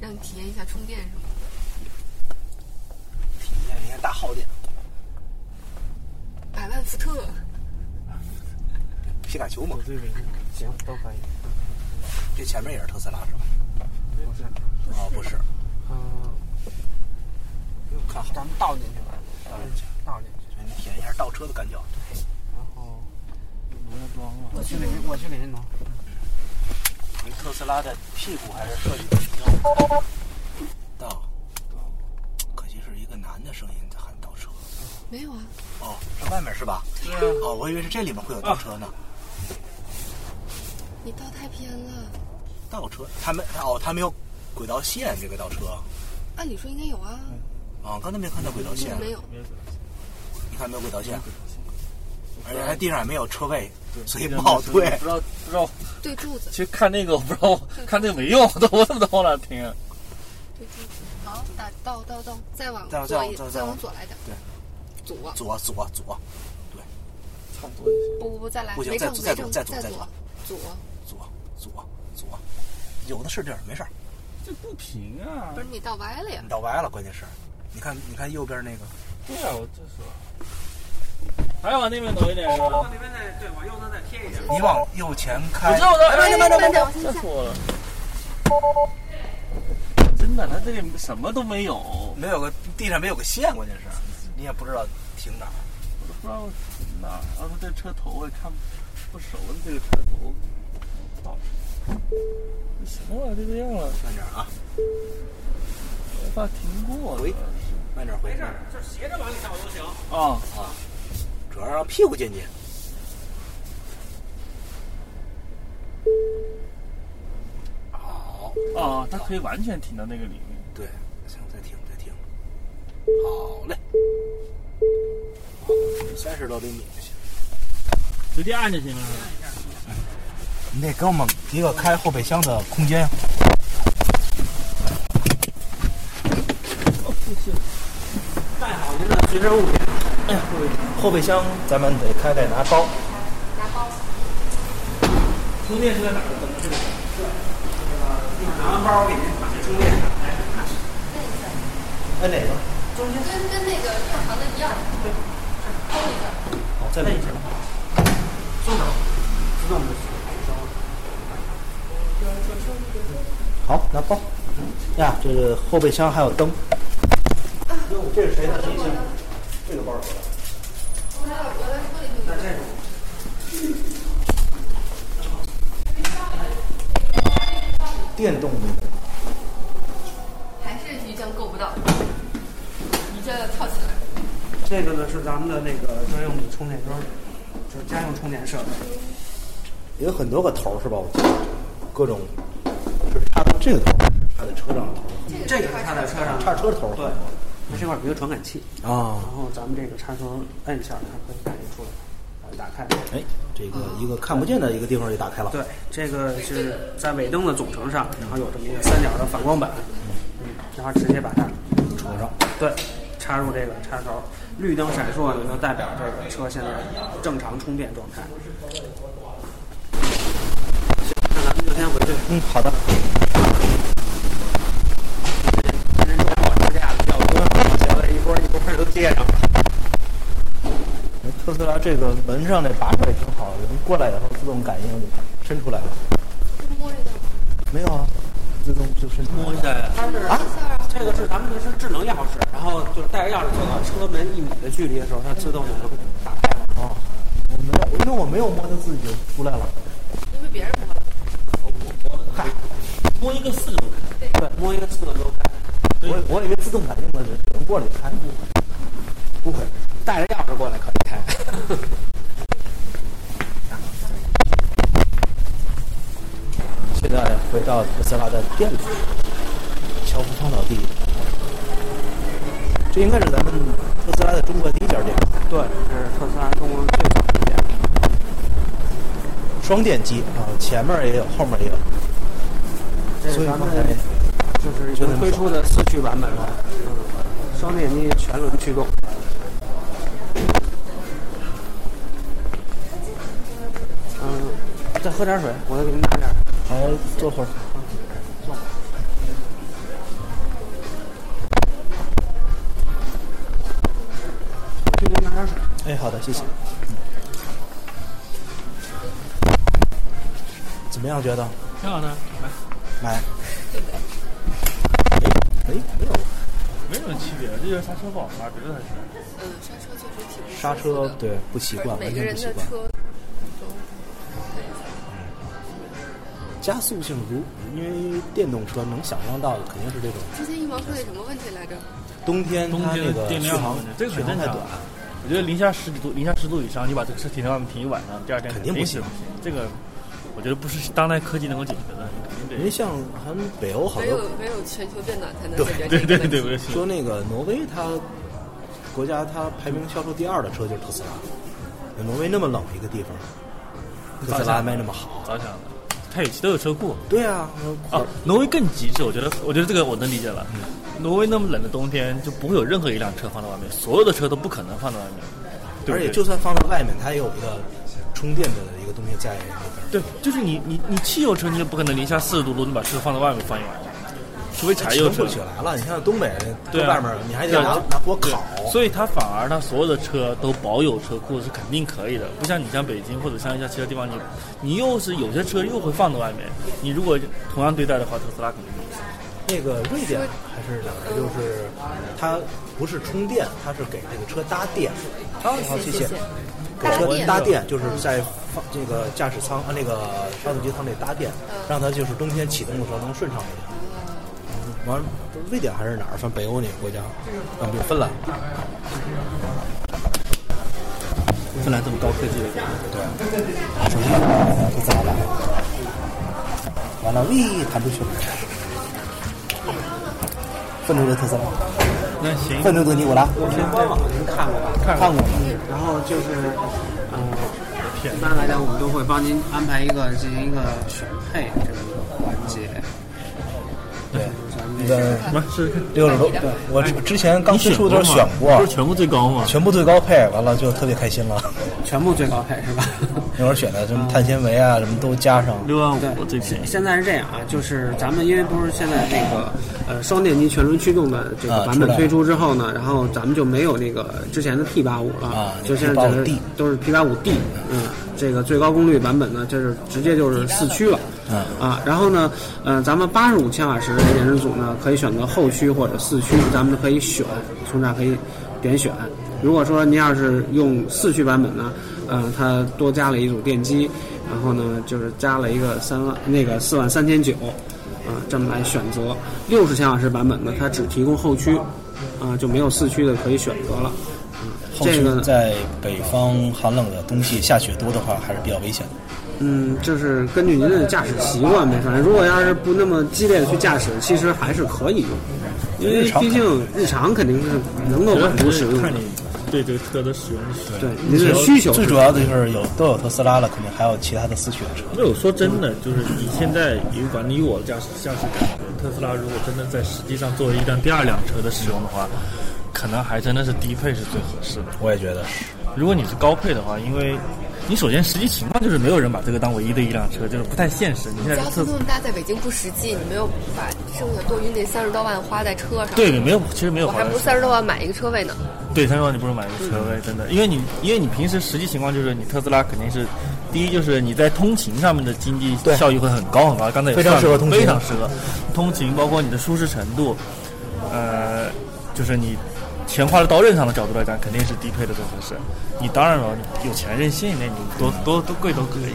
让你体验一下充电是吗？体验一下大耗电。百万伏特，皮卡丘嘛，行，都可以。这前面也是特斯拉是吧？的，不是。哦，不 是，嗯，又看好，咱们倒进去吧，倒进去，倒进去，你体验一下倒车的感觉。啊然后不要装了。嗯我去给您，我去给您拿。您特斯拉的屁股还是设计的比较好倒，可惜是一个男的声音在喊倒车。没有啊，哦，是外面是吧？是哦，我以为是这里面会有倒车呢。你倒太偏了。倒车，他没哦，他没有轨道线这个倒车啊、按理说应该有啊，刚才嗯没看到轨道线，没有，你看没有轨道线，而且它地上也没有车位，所以对不好推。不知道不知道，对柱子，其实看那个我不知道，看那个没用，都我怎么到那听？对柱子。好，打倒倒倒，再往再往左一再往再再往往左来点，对，左左左左，差不多。不不不，再来，不行没再正左没再左正，再左左再左左，左左左，有的是地儿，没事儿。这不平啊不！是你倒歪了呀你？倒歪了，关键是，你看你看右边那个，对啊，我就说，还往那边挪一点是吧？边再对往右侧再贴一点你往右前开。我知道，我知道，哎慢点，慢点，慢吓死我了！真的，他这里什么都没有，没有个地上没有个线，关键是，你也不知道停哪儿。我都不知道哪儿。啊，这车头我也看不熟了，这个车头，哦操！这什么玩意儿就这样了？慢点啊！我怕停过了。回，慢点回。没事，就是斜着往里倒都行。啊啊，主要让屁股进去。好啊，它可以完全停到那个里面。对，行，再停，再停。好嘞，三十多厘米就行。直接按就行了。你得给我们一个开后备箱的空间。哦带好您的随身物品。哎呀，后备箱咱们得开开拿包。拿包。充电是在哪儿？怎么是？对，拿完包给您把这充电上。哎，哪个？中间跟跟那个正常的一样，对，抠一下。好，再来一下。松手，自动就行。好，拿包。呀，这个后备箱还有灯。这是谁的谁箱？这个包是谁的？电动的。还是鱼酱够不到，鱼酱要跳起来。这个呢是咱们的那个专用的充电桩，就是家用充电设备。有很多个头儿是吧？我记得各种是插到这个头儿，插在车上的头儿，这个是插在车上的插车头儿。对，它这块儿有一个传感器哦然后咱们这个插头摁一下，它可以感应出来，呃，打开。哎，这个一个看不见的一个地方就打开了。对，这个是在尾灯的总成上，然后有这么一个三角的反光板，嗯，然后直接把它戳上，对，插入这个插头，绿灯闪烁呢，就代表这个车现在正常充电状态。那咱们就先回去。嗯，好的。这都接上了。特斯拉这个门上那把手也挺好的，人过来以后自动感应就伸出来了。没有啊，自动就伸出来了。啊摸一下呀它是这个是咱们的是智能钥匙，然后就是带着钥匙走到车门一米的距离的时候，它自动就能打开。哦，我没有，因为我没有摸，它自己就出来了。因为别人摸了。嗨，摸一个四个都开。对，摸一个四个都开。我我以为自动感应的人只能过来开，不会，带着钥匙过来可以开。现在回到特斯拉的店里，乔布芳老弟，这应该是咱们特斯拉的中国第一家店，对，是特斯拉中国最早的一家。双电机啊，前面也有，后面也有。这所是以咱刚们才就是已经推出的四驱版本了，嗯，双电机全轮驱动。嗯，再喝点水，我再给您拿点儿。来坐会儿。去给您拿点水。哎，好的，谢谢。怎么样，觉得？挺好的，来，买？哎，没有，没什么区别，这就是刹车不好刹，别的还是。嗯，刹车确实挺不刹车对不习惯，每完个全人不习的惯。车都加速性足，因为电动车能想象到的肯定是这种之前一毛说那什么问题来着？冬天冬它天那的个电续量航的问题这个续很航正太常短。。我觉得零下十几度、零下十度以上，你把这个车停在外面停一晚上，第二天肯定不行不行。这个我觉得不是当代科技能够解 决的，肯定因得为像好像北欧好唯多有唯有全球变暖才能解决对这个问题。 我也是说那个挪威它国家它排名销售第二的车就是特斯拉，挪威那么冷一个地方，特斯拉卖那么好，早想的，他有都有车库。对啊，啊，挪威更极致，我觉得，我觉得这个我能理解了。挪威那么冷的冬天，就不会有任何一辆车放在外面，所有的车都不可能放在外面。对不而对且就算放到外面，它也有一个充电的一个东西在那边。对，就是你你你汽油车，你也不可能零下四十度，你把车放在外面放一晚上，除非柴油撑车不。起来了，你像东北人对在啊外面，你还得对拿啊拿火烤。所以它反而它所有的车都保有车库是肯定可以的，不像你像北京或者像一些其他地方，你你又是有些车又会放在外面，你如果同样对待的话，特斯拉肯定不行。那个瑞典还是哪儿，就是它不是充电，它是给这个车搭电。哦好，谢谢谢谢给搭车电搭电就是在放这个驾驶舱啊，那个发动机舱内搭电，让它就是冬天启动的时候能顺畅一点。嗯完，瑞典还是哪儿？反正北欧那个国家，啊，比如芬兰，芬兰这么高科技的国家，对，手机都砸了，完了，喂，弹出去了，愤怒的特斯拉。那行愤怒的尼古拉先官网您看过吧？看过然后就是，呃，一般来讲，我们都会帮您安排一个进行一个选配这么一个环节。对，那个什么是六十多，对我之前刚接触的时候选过，不是全部最高吗？全部最高配，完了就特别开心了。 全部最高配是吧？那会儿选的什么碳纤维啊，什么都加上。六万五最便宜。现在是这样啊，就是咱们因为不是现在那个呃双电机全轮驱动的这个啊版出本来推出之后呢，然后咱们就没有那个之前的 P 八五了，啊就现在咱 P85D 都是 P 八五 D，嗯，这个最高功率版本呢，这是直接就是四驱了。嗯，啊，然后呢，呃，咱们八十五千瓦时的电池组呢，可以选择后驱或者四驱，咱们可以选，从这儿可以点选。如果说您要是用四驱版本呢，呃，它多加了一组电机，然后呢，就是加了一个三万那个四万三千九，啊，这么来选择。六十千瓦时版本呢，它只提供后驱，啊，就没有四驱的可以选择了。啊后续这个呢在北方寒冷的冬季下雪多的话，还是比较危险的。嗯，就是根据您的驾驶习惯呗。反正如果要是不那么激烈的去驾驶，其实还是可以用。因为毕竟日常肯定是能够满足使用的看。你对这个车的使用的习惯你这个需求最主啊要的就是有都有特斯拉了，肯定还有其他的四驱的车。那我说真的，就是以现在以管理我的驾驶驾驶感，特斯拉如果真的在实际上作为一辆第二辆车的使用的话，可能还真的是低配是最合适的。我也觉得。如果你是高配的话，因为你首先实际情况就是没有人把这个当唯一的一辆车，就是不太现实。你现在交特通那么大，在北京不实际，你没有把剩下多余那三十多万花在车上。对，没有，其实没有我花还在不如三十多万买一个车位呢。对，三十万你不如买个车位，真的，因为你因为你平时实际情况就是你特斯拉肯定是，第一就是你在通勤上面的经济效益会很高很高，刚才也非常算适了合通勤非常适合通勤，包括你的舒适程度，呃，就是你钱花到刀刃上的角度来讲，肯定是低配的最合适。你当然了，你有钱任性一点，你多多多贵都可以。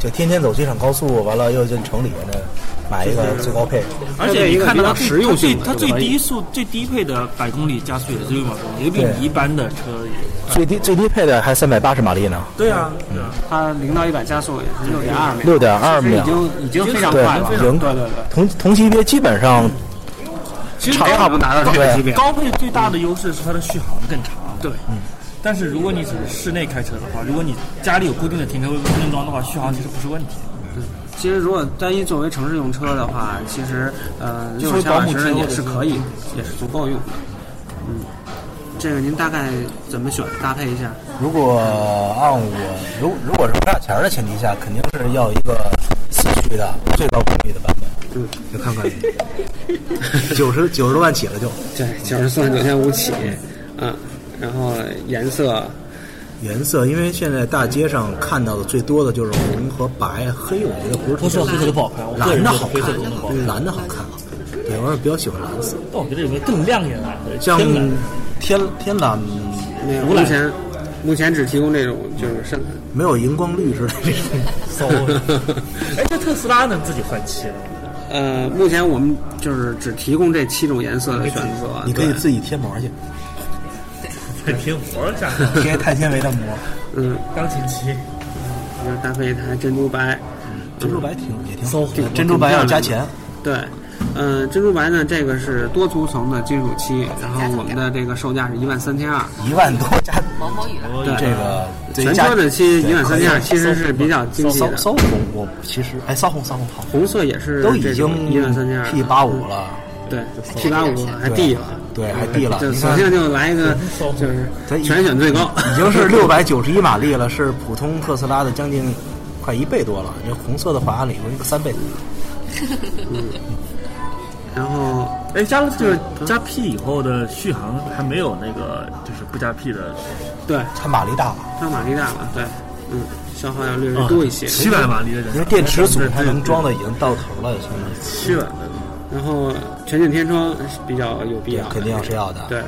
就天天走机场高速，完了又进城里那买一个最高配，而且你看到它最实用性的它最它最低速最低配的百公里加速也是六秒钟，也比你一般的车也最低最低配的还三百八十马力呢。对啊，对啊。它零到一百加速也是六点二秒，其实已6.2秒经已经非常快了，对，对零对对。同同级别基本上嗯其实差差不多达到这个级别高配最大的优势是它的续航更长。嗯对，但是如果你只是室内开车的话，如果你家里有固定的停车位、固定桩的话，续航其实不是问题。其实，如果单一作为城市用车的话，其实呃，六作为十千瓦保姆时车的或也者是是可以，也是足够用的。嗯，这个您大概怎么选搭配一下？如果按我如如果是不差钱儿的前提下，肯定是要一个四驱的最高功率的版本。嗯，就看看 九十九十多万起了就。对，九十四万九千五起，嗯，然后颜色，颜色，因为现在大街上看到的最多的就是红和白，黑我觉得不是红色特别黑色都不好看我个蓝人的觉得好黑色看真的不好，嗯蓝的好看。对，我是比较喜欢蓝色，但我觉得有没有更亮眼啊？像天蓝天天蓝没有，湖目蓝前目前只提供这种就是深蓝。没有荧光绿似的这种。 哎，这特斯拉能自己换漆了？呃，目前我们就是只提供这七种颜色的选择，你可以对自己贴膜去，还贴膜下贴碳纤维的膜。嗯，钢琴漆，要搭配一台珍珠白，珍珠白挺也挺好这个珍珠白要加钱。对，呃，珍珠白呢，这个是多涂层的金属漆，然后我们的这个售价是一万三千二，一万多加毛毛雨，对这个全车的漆一万三千二，其实是比较经济的。骚红，我其实哎，骚红骚红好，红色也是都已这种经一万三千二 P 八五 了，对 P 八五还 D 了，对，还 D 了，就你索看性就来一 个就是全选最高，已经是六百九十一马力了，是普通特斯拉的将近快一倍多了。这红色的话，按理说一个三倍多。然后，哎，加了就是加 P 以后的续航还没有那个就是不加 P 的，对，它马力大了，它马力大了，对，嗯，消耗要略微多一些，七百马力的人，因为电池组它能装的已经到头了，现在七百。然后全景天窗是比较有必要的，肯定要是要的。对，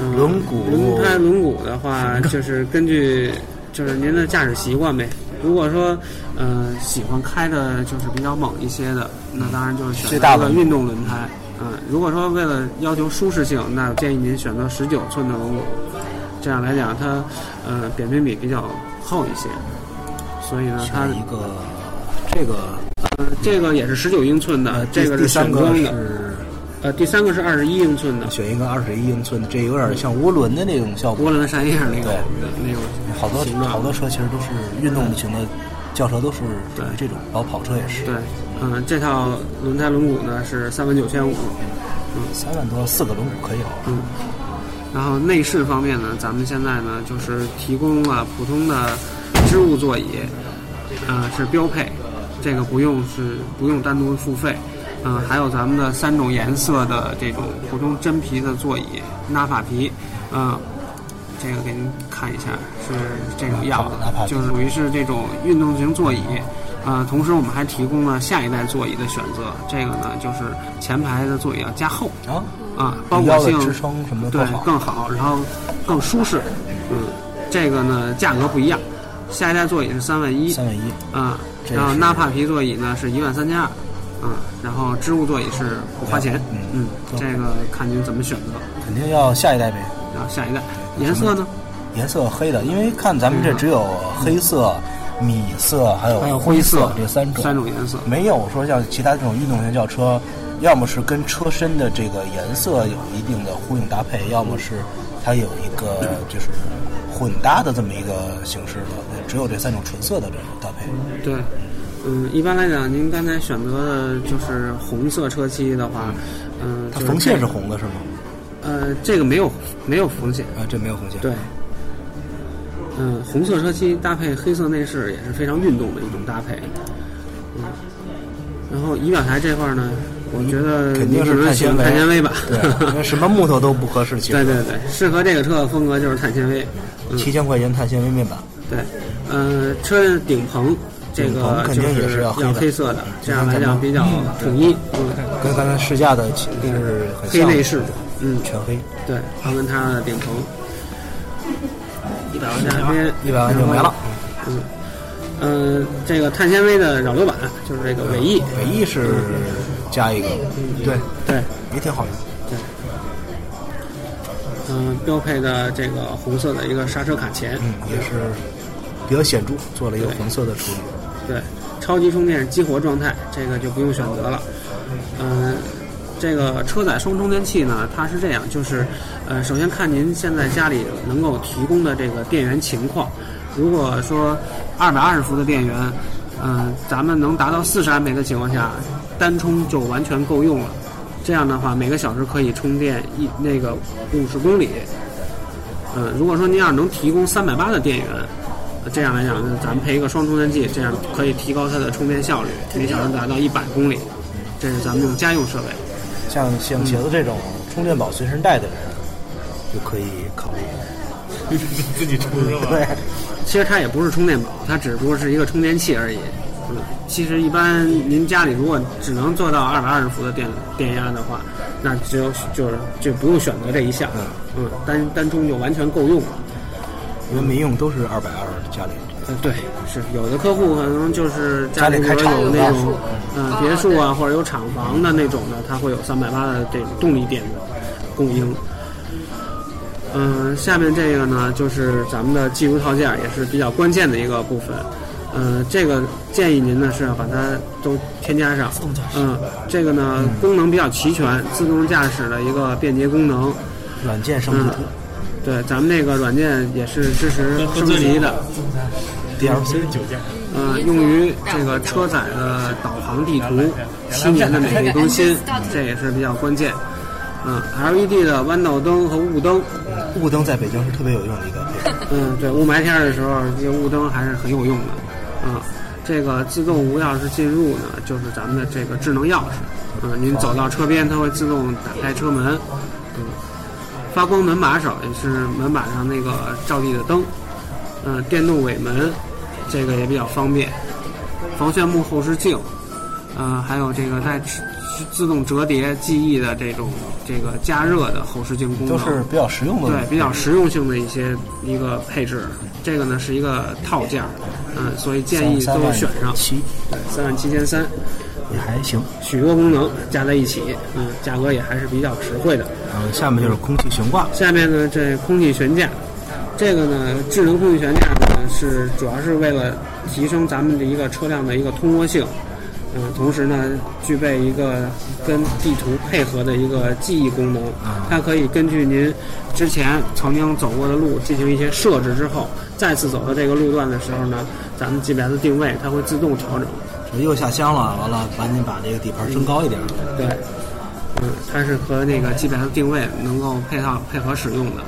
嗯轮毂轮胎轮毂的话，就是根据就是您的驾驶习惯呗。如果说，呃，喜欢开的就是比较猛一些的，那当然就是选最择大一个的运动轮胎。嗯，如果说为了要求舒适性，那我建议您选择十九寸的轮毂，这样来讲它，呃，扁平比比较厚一些，所以呢，它一个这个呃，这个也是十九英寸的，第啊这个呃第是三选个装的，是呃，第三个是二十一英寸的，选一个二十一英寸的，这有点像涡轮的那种效果。涡轮扇叶那个对，那种好多形状好多车其实都是运动型的，轿车都是属于这种，包括跑车也是。对，嗯、这套轮胎轮毂呢是三万九千五，嗯，三万多四个轮毂可以啊了。嗯，然后内饰方面呢，咱们现在呢就是提供了普通的织物座椅，呃是标配，这个不用是不用单独付费。嗯、还有咱们的三种颜色的这种普通真皮的座椅，纳帕皮，嗯、这个给您看一下是这种样子纳帕，皮就是属于是这种运动型座椅。呃，同时我们还提供了下一代座椅的选择，这个呢就是前排的座椅要加厚啊啊，包裹性腰的支撑什么的对更好更好，然后更舒适。嗯，这个呢价格不一样，下一代座椅是三万一，三万一啊，这然后是纳帕皮座椅呢是一万三千二，嗯，然后织物座椅是不花钱，嗯，这个看您怎么选择，肯定要下一代呗。嗯然后下一代颜色呢？颜色黑的，因为看咱们这只有黑色、米色还有还有灰灰色这三种三种颜色，没有说像其他这种运动型轿车，要么是跟车身的这个颜色有一定的呼应搭配，要么是它有一个就是混搭的这么一个形式的，只有这三种纯色的这种搭配。对，嗯，一般来讲，您刚才选择的就是红色车漆的话，嗯，它就是缝线这是红的是吗？呃，这个没有没有缝线啊，这没有缝线。对，嗯、红色车漆搭配黑色内饰也是非常运动的一种搭配。嗯，然后仪表台这块儿呢，我觉得肯定您是可能碳喜纤欢维，碳纤维吧。 对，因为什么木头都不合适。其实 对对对，适合这个车的风格就是碳纤维。嗯七千块钱碳纤维面板，对，呃，车的顶棚这顶棚个肯就定也是要要黑黑色的的，这就样跟来咱讲们比较嗯统一。嗯，跟刚才试驾的其实是很黑像的内饰，嗯，全黑。对，还跟它的顶棚，一百万下边，啊一百万就没了。嗯，呃，这个碳纤维的扰流板就是这个尾翼，尾翼是加一个，对对，也挺好用。对，嗯、标配的这个红色的一个刹车卡钳，嗯，也是比较显著，做了一个红色的处理。对，超级充电激活状态，这个就不用选择了。嗯、这个车载双充电器呢，它是这样，就是，呃，首先看您现在家里能够提供的这个电源情况。如果说二百二十伏的电源，嗯、咱们能达到四十安培的情况下，单充就完全够用了。这样的话，每个小时可以充电一那个五十公里。嗯、如果说您要是能提供三百八的电源，呃这样来讲，就是咱们配一个双充电器，这样可以提高它的充电效率，每小时达到一百公里。这是咱们用家用设备。像嗯像茄子这种充电宝随身带的人，就可以考虑。 自己充是吧对，其实它也不是充电宝，它只不过是一个充电器而已。嗯，其实一般您家里如果只能做到二百二十伏的电电压的话，那只有就是就不用选择这一项，嗯，单单充就完全够用了。因为民用都是二百二，家里呃，对，是有的客户可能就是家里家里开比如厂有子那啊种，嗯、别墅啊，或者有厂房的那种的，它会有三百八的这种动力电源供应。嗯、下面这个呢，就是咱们的技术套件儿，也是比较关键的一个部分。嗯，这个建议您呢是要把它都添加上。嗯、这个呢功能比较齐全，自动驾驶的一个便捷功能。软件升嗯级，对，咱们那个软件也是支持升级的。嗯 DLC 酒驾。呃，用于这个车载的导航地图，七年的每日更新，这也是比较关键。嗯，LED 的弯道灯和雾灯，雾灯在北京是特别有用的一个配置。嗯，对，雾霾天儿的时候，这个雾灯还是很有用的。嗯，这个自动无钥匙进入呢，就是咱们的这个智能钥匙。嗯，您走到车边，它会自动打开车门。嗯，发光门把手也是门把上那个照地的灯。嗯，电动尾门，这个也比较方便。防眩目后视镜，呃，还有这个带自自动折叠记忆的这种这个加热的后视镜功能，都是比较实用的对，比较实用性的一些一个配置。这个呢是一个套件儿，嗯，所以建议三都三万选上。七，对，三万七千三，也还行。许多功能加在一起，嗯，价格也还是比较实惠的。然后下面就是空气悬挂，下面呢，这空气悬架，这个呢，智能空气悬架呢是主要是为了提升咱们的一个车辆的一个通过性，嗯、同时呢，具备一个跟地图配合的一个记忆功能，它可以根据您之前曾经走过的路进行一些设置之后，再次走到这个路段的时候呢，咱们 GPS 定位它会自动调整。又下乡了，完了赶紧把这个底盘升高一点。对，嗯，它是和那个 GPS 定位能够配套配合使用的。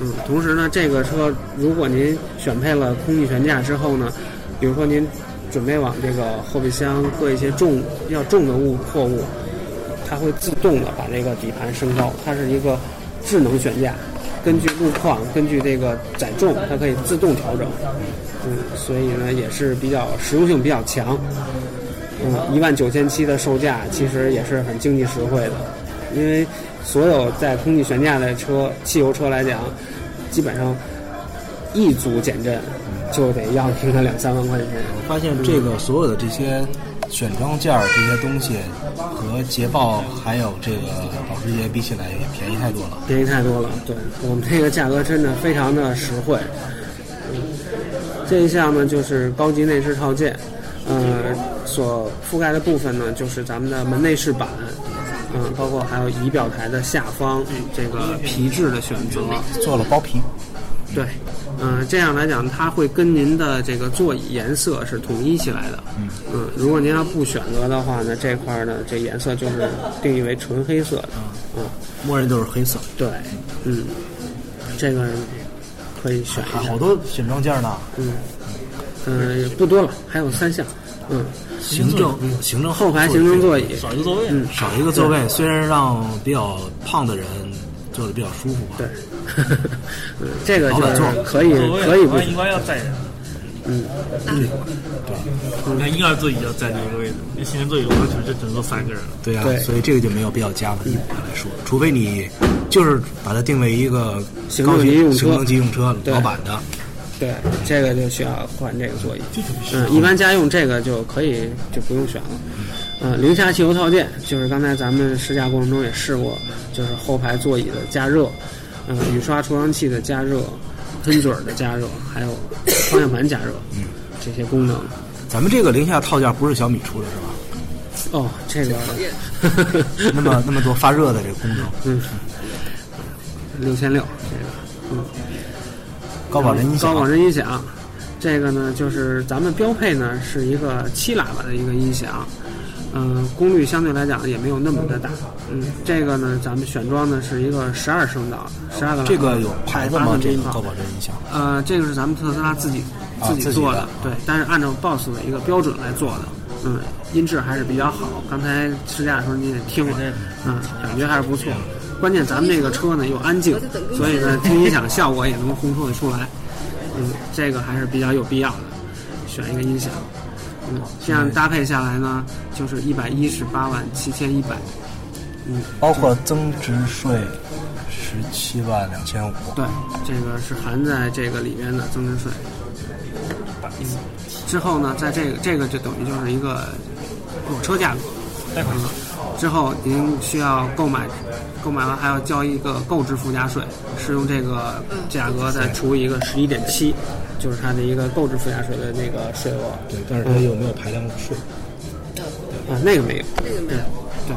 嗯，同时呢，这个车如果您选配了空气悬架之后呢，比如说您准备往这个后备箱搁一些重要重的物货物，它会自动的把这个底盘升高，它是一个智能悬架，根据路况，根据这个载重，它可以自动调整。嗯，所以呢也是比较实用性比较强。嗯，一万九千七的售价其实也是很经济实惠的，因为所有在空气悬架的车，汽油车来讲，基本上一组减震就得要平个两三万块钱。我发现这嗯个所有的这些选装件儿这些东西，和捷豹还有这个保时捷比起来，也便宜太多了。便宜太多了，对我们这个价格真的非常的实惠。嗯这一项呢就是高级内饰套件，呃，所覆盖的部分呢就是咱们的门内饰板，嗯、包括还有仪表台的下方这个皮质的选择，做了包皮。对，嗯、这样来讲，它会跟您的这个座椅颜色是统一起来的。嗯如果您要不选择的话呢，这块儿呢，这颜色就是定义为纯黑色的。嗯，默认就是黑色。对，嗯，这个可以选一下。啊好多选装件呢。嗯，嗯、不多了，还有三项。嗯，行政嗯行政后排行政座椅少一个座位嗯，少一个座位，虽然让比较胖的人坐的比较舒服啊吧。对， 嗯这个老就板是座可以可以不选一。般要载人。嗯，对，你看婴儿座椅要载那个位置，那行人座椅的话，就是只能坐三个人了。嗯对啊，所以这个就没有必要加了，一般来说，除非你就是把它定为一个行高政级级用车行政级用车，对老板的。对，这个就需要换这个座椅。嗯，一般家用这个就可以就不用选了。呃，零下汽油套件就是刚才咱们试驾过程中也试过，就是后排座椅的加热，嗯、雨刷除尘器的加热，喷嘴儿的加热，还有方向盘加热，这些功能。咱们这个零下套件不是小米出的是吧？哦，这个那么那么多发热的这个功能，嗯，六千六，这个，嗯，高保真音响高保真音响，这个呢就是咱们标配呢是一个七喇叭的一个音响，嗯、功率相对来讲也没有那么的大，嗯，这个呢咱们选装呢是一个十二声道，十二个喇叭这个有牌子18吗个？这个音炮高保真音响呃，这个是咱们特斯拉自己啊己自己做的对，但是按照 BOSS 的一个标准来做的，嗯，音质还是比较好。刚才试驾的时候你也听了，嗯，感觉还是不错。关键咱们这个车呢又安静，所以呢听音响效果也能烘托得出来，嗯，这个还是比较有必要的，选一个音响，嗯，这样搭配下来呢就是一百一十八万七千一百，嗯，包括增值税十七万两千五。对，这个是含在这个里边的增值税。嗯之后呢，在这个这个就等于就是一个裸车价格。嗯之后您需要购买，购买完还要交一个购置附加税，是用这个嗯价格再除以一个十一点七，就是它的一个购置附加税的那个税额。对，但是它有没有排量税？啊，那个没有，那个没有，对，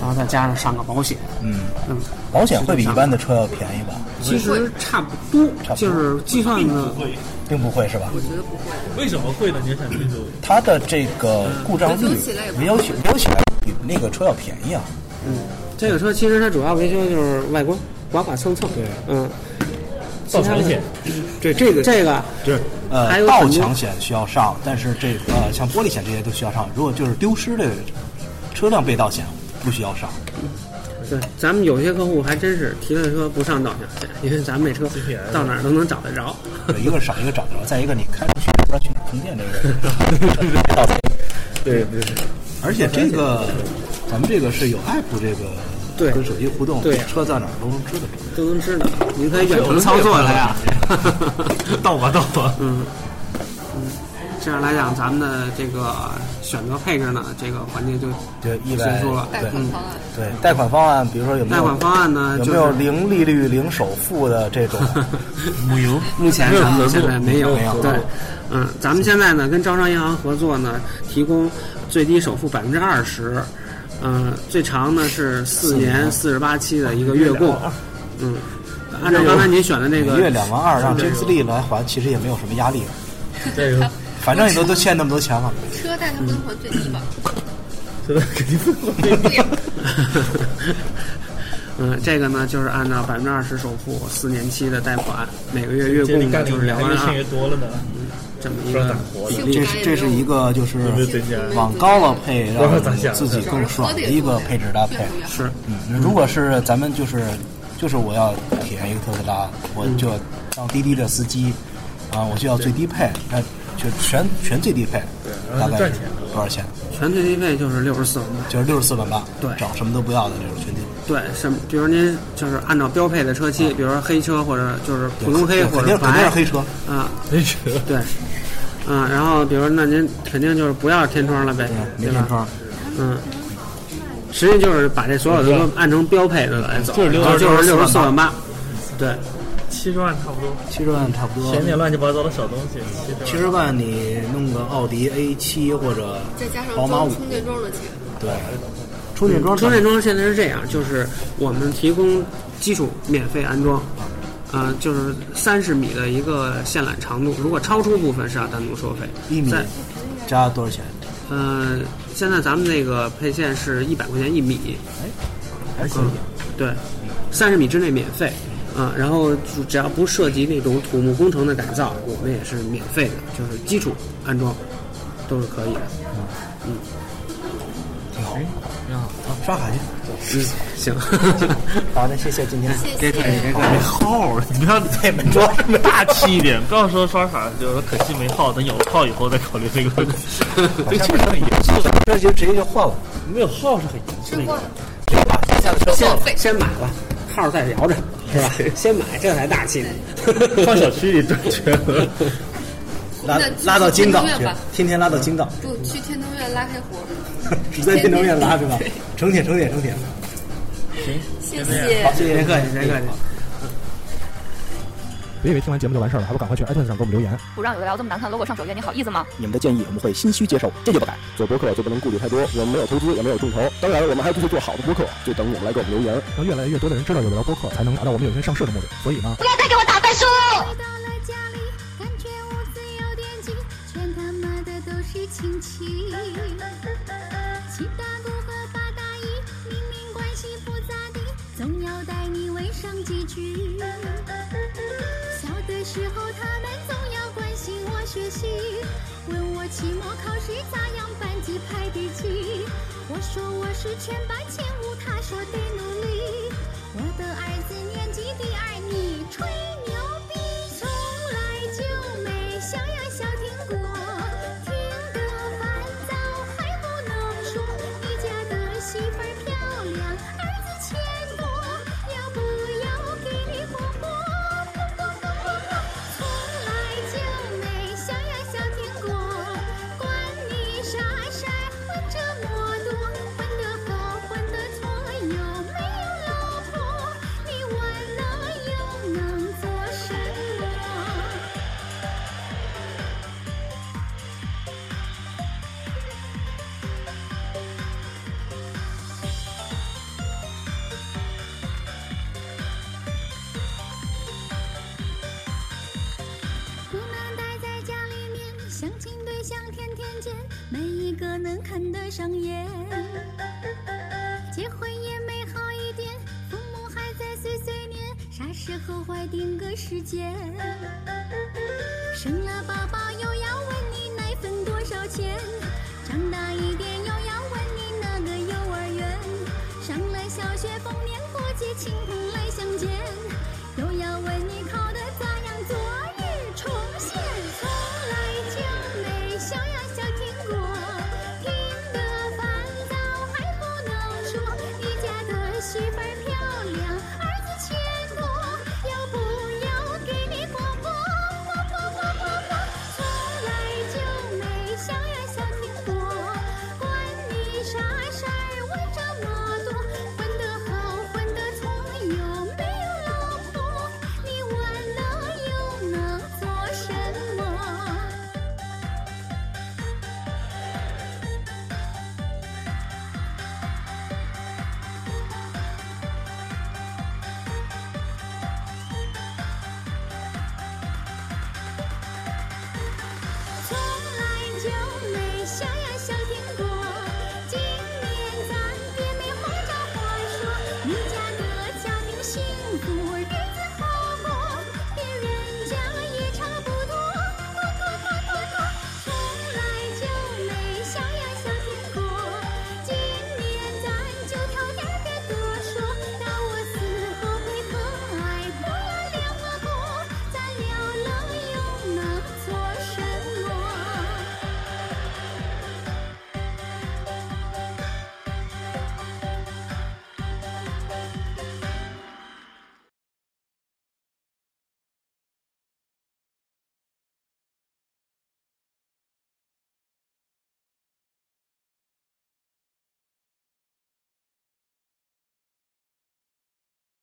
然后再加上上个保险，嗯嗯，保险会比一般的车要便宜吧？其实差不多，就是计算的并不会是吧？为什么会呢？年产这种它的这个故障率维修起来也不维修起维修起来比那个车要便宜啊。嗯，这个车其实它主要维修就是外观，刮刮蹭蹭。对，嗯，造成险其他的。对这个这个就是还呃，有盗很多抢险需要上，但是这个呃像玻璃险这些都需要上。如果就是丢失的车辆被盗险，不需要上。对，咱们有些客户还真是提了车不上盗抢险，因为咱们这车到哪儿都能找得着。对一个少一个找得着，再一个你开出去不知道去哪儿碰见这 个盗贼。对对对，而且这个咱们这个是有 app 这个。对，跟手机互动，对车在哪儿都能知道。都能知道，您可以远程操作了呀。倒吧倒吧，嗯， 这样来讲，咱们的这个选择配置呢，这个环节就对，一百结束了。对嗯，对，贷款方案，比如说有没有贷款方案呢有没有就是零利率、零首付的这种？母油，目前咱们现在没有没有合作对，嗯，咱们现在呢跟招商银行合作呢，提供最低首付百分之二十，嗯，最长呢是四年四十八期的一个月供，嗯，按照刚才您选的那个每月两万二，让是 James Lee 来还，其实也没有什么压力。这个反正你都都欠那么多钱了，车贷它不能还最低吧？这个肯定不会。 嗯，这个呢就是按照百分之二十首付，四年期的贷款，每个月月供呢就是两万越二，多了呢。这么一个比例。嗯这是这是一个就是有没有增加往高了配，不知道让咋想的自己更爽的一个配置搭配。是，嗯，如果是咱们就是就是我要体验一个特斯拉，我就要当滴滴的司机啊，我就要最低配，那就全全最低配，然大后概赚是钱多少钱？全最低费就是六十四万八。就是六十四万八，对找什么都不要的这种全低。对，什么？比如您就是按照标配的车漆，比如说黑车或者就是普通黑啊对或肯者定肯定白是黑车啊，黑车对，嗯，然后比如说那您肯定就是不要天窗了呗，啊没对天吧？窗，嗯，实际啊就是把这所有的都按成标配的来走，就是然后就是64六万十四万八，对，七十万差不多，七十万差不多选点乱七八糟的小东西，七十万你弄个奥迪 A 七或者再加上宝马装五，充电桩的钱，对，嗯充电桩嗯充电桩现在是这样，就是我们提供基础免费安装，呃，就是三十米的一个线缆长度，如果超出部分是要单独收费。一米在加多少钱？呃，现在咱们那个配线是一百块钱一米，还啊嗯，对，三十米之内免费。啊、然后就只要不涉及那种土木工程的改造，我们也是免费的，就是基础安装都是可以的。嗯，挺好，挺好。刷卡去。嗯，行。 好的，谢谢今天，别客气别客气没哦号，你不要太门装， 大气一点，不要说刷卡，就是可惜没号，等有了号以后再考虑这个问题。对，这个也是的，这就直接就换了，没有号是很严重的一个。先先买吧，号儿再聊着，是吧？先买，这才大气呢。放小区里转圈，拉那拉到京港去去天通苑吧，天天拉到京港，不去天通苑拉黑活儿。只在电动院拉是吧？成天成天成天。行，谢谢好，谢谢，别客气别客气。别以为听完节目就完事儿了，还不赶快去 iTunes 上给我们留言。不让有的聊这么难看 logo 上首页，你好意思吗？你们的建议我们会心虚接受，坚决不改。做播客就不能顾虑太多，我们没有投资，也没有众筹，当然我们还不是做好的播客，就等你们来给我们留言。让越来越多的人知道有聊播客，才能达到我们有一天上市的目的。所以呢，不要再给我打分数！全他妈的都是亲戚，七大姑和八大姨，明明关系不咋地，总要带你问上几句。小的时候，他们总要关心我学习，问我期末考试咋样，班级排第几。我说我是全班前五，他说得努力。我的儿子年级第二，你吹牛逼，从来就没想要小苹果，听得烦躁还不能说。你家的媳妇儿漂亮，儿子钱多，要不要给你婆婆？从来就没想要小苹果，管你啥事儿混这么多，混得好混得错，有没有老婆？你完了又能做什么？不能待在家里面，相亲对象天天见，没一个能看得上眼。结婚也美好一点，父母还在碎碎念，啥时候怀定个时间？生了宝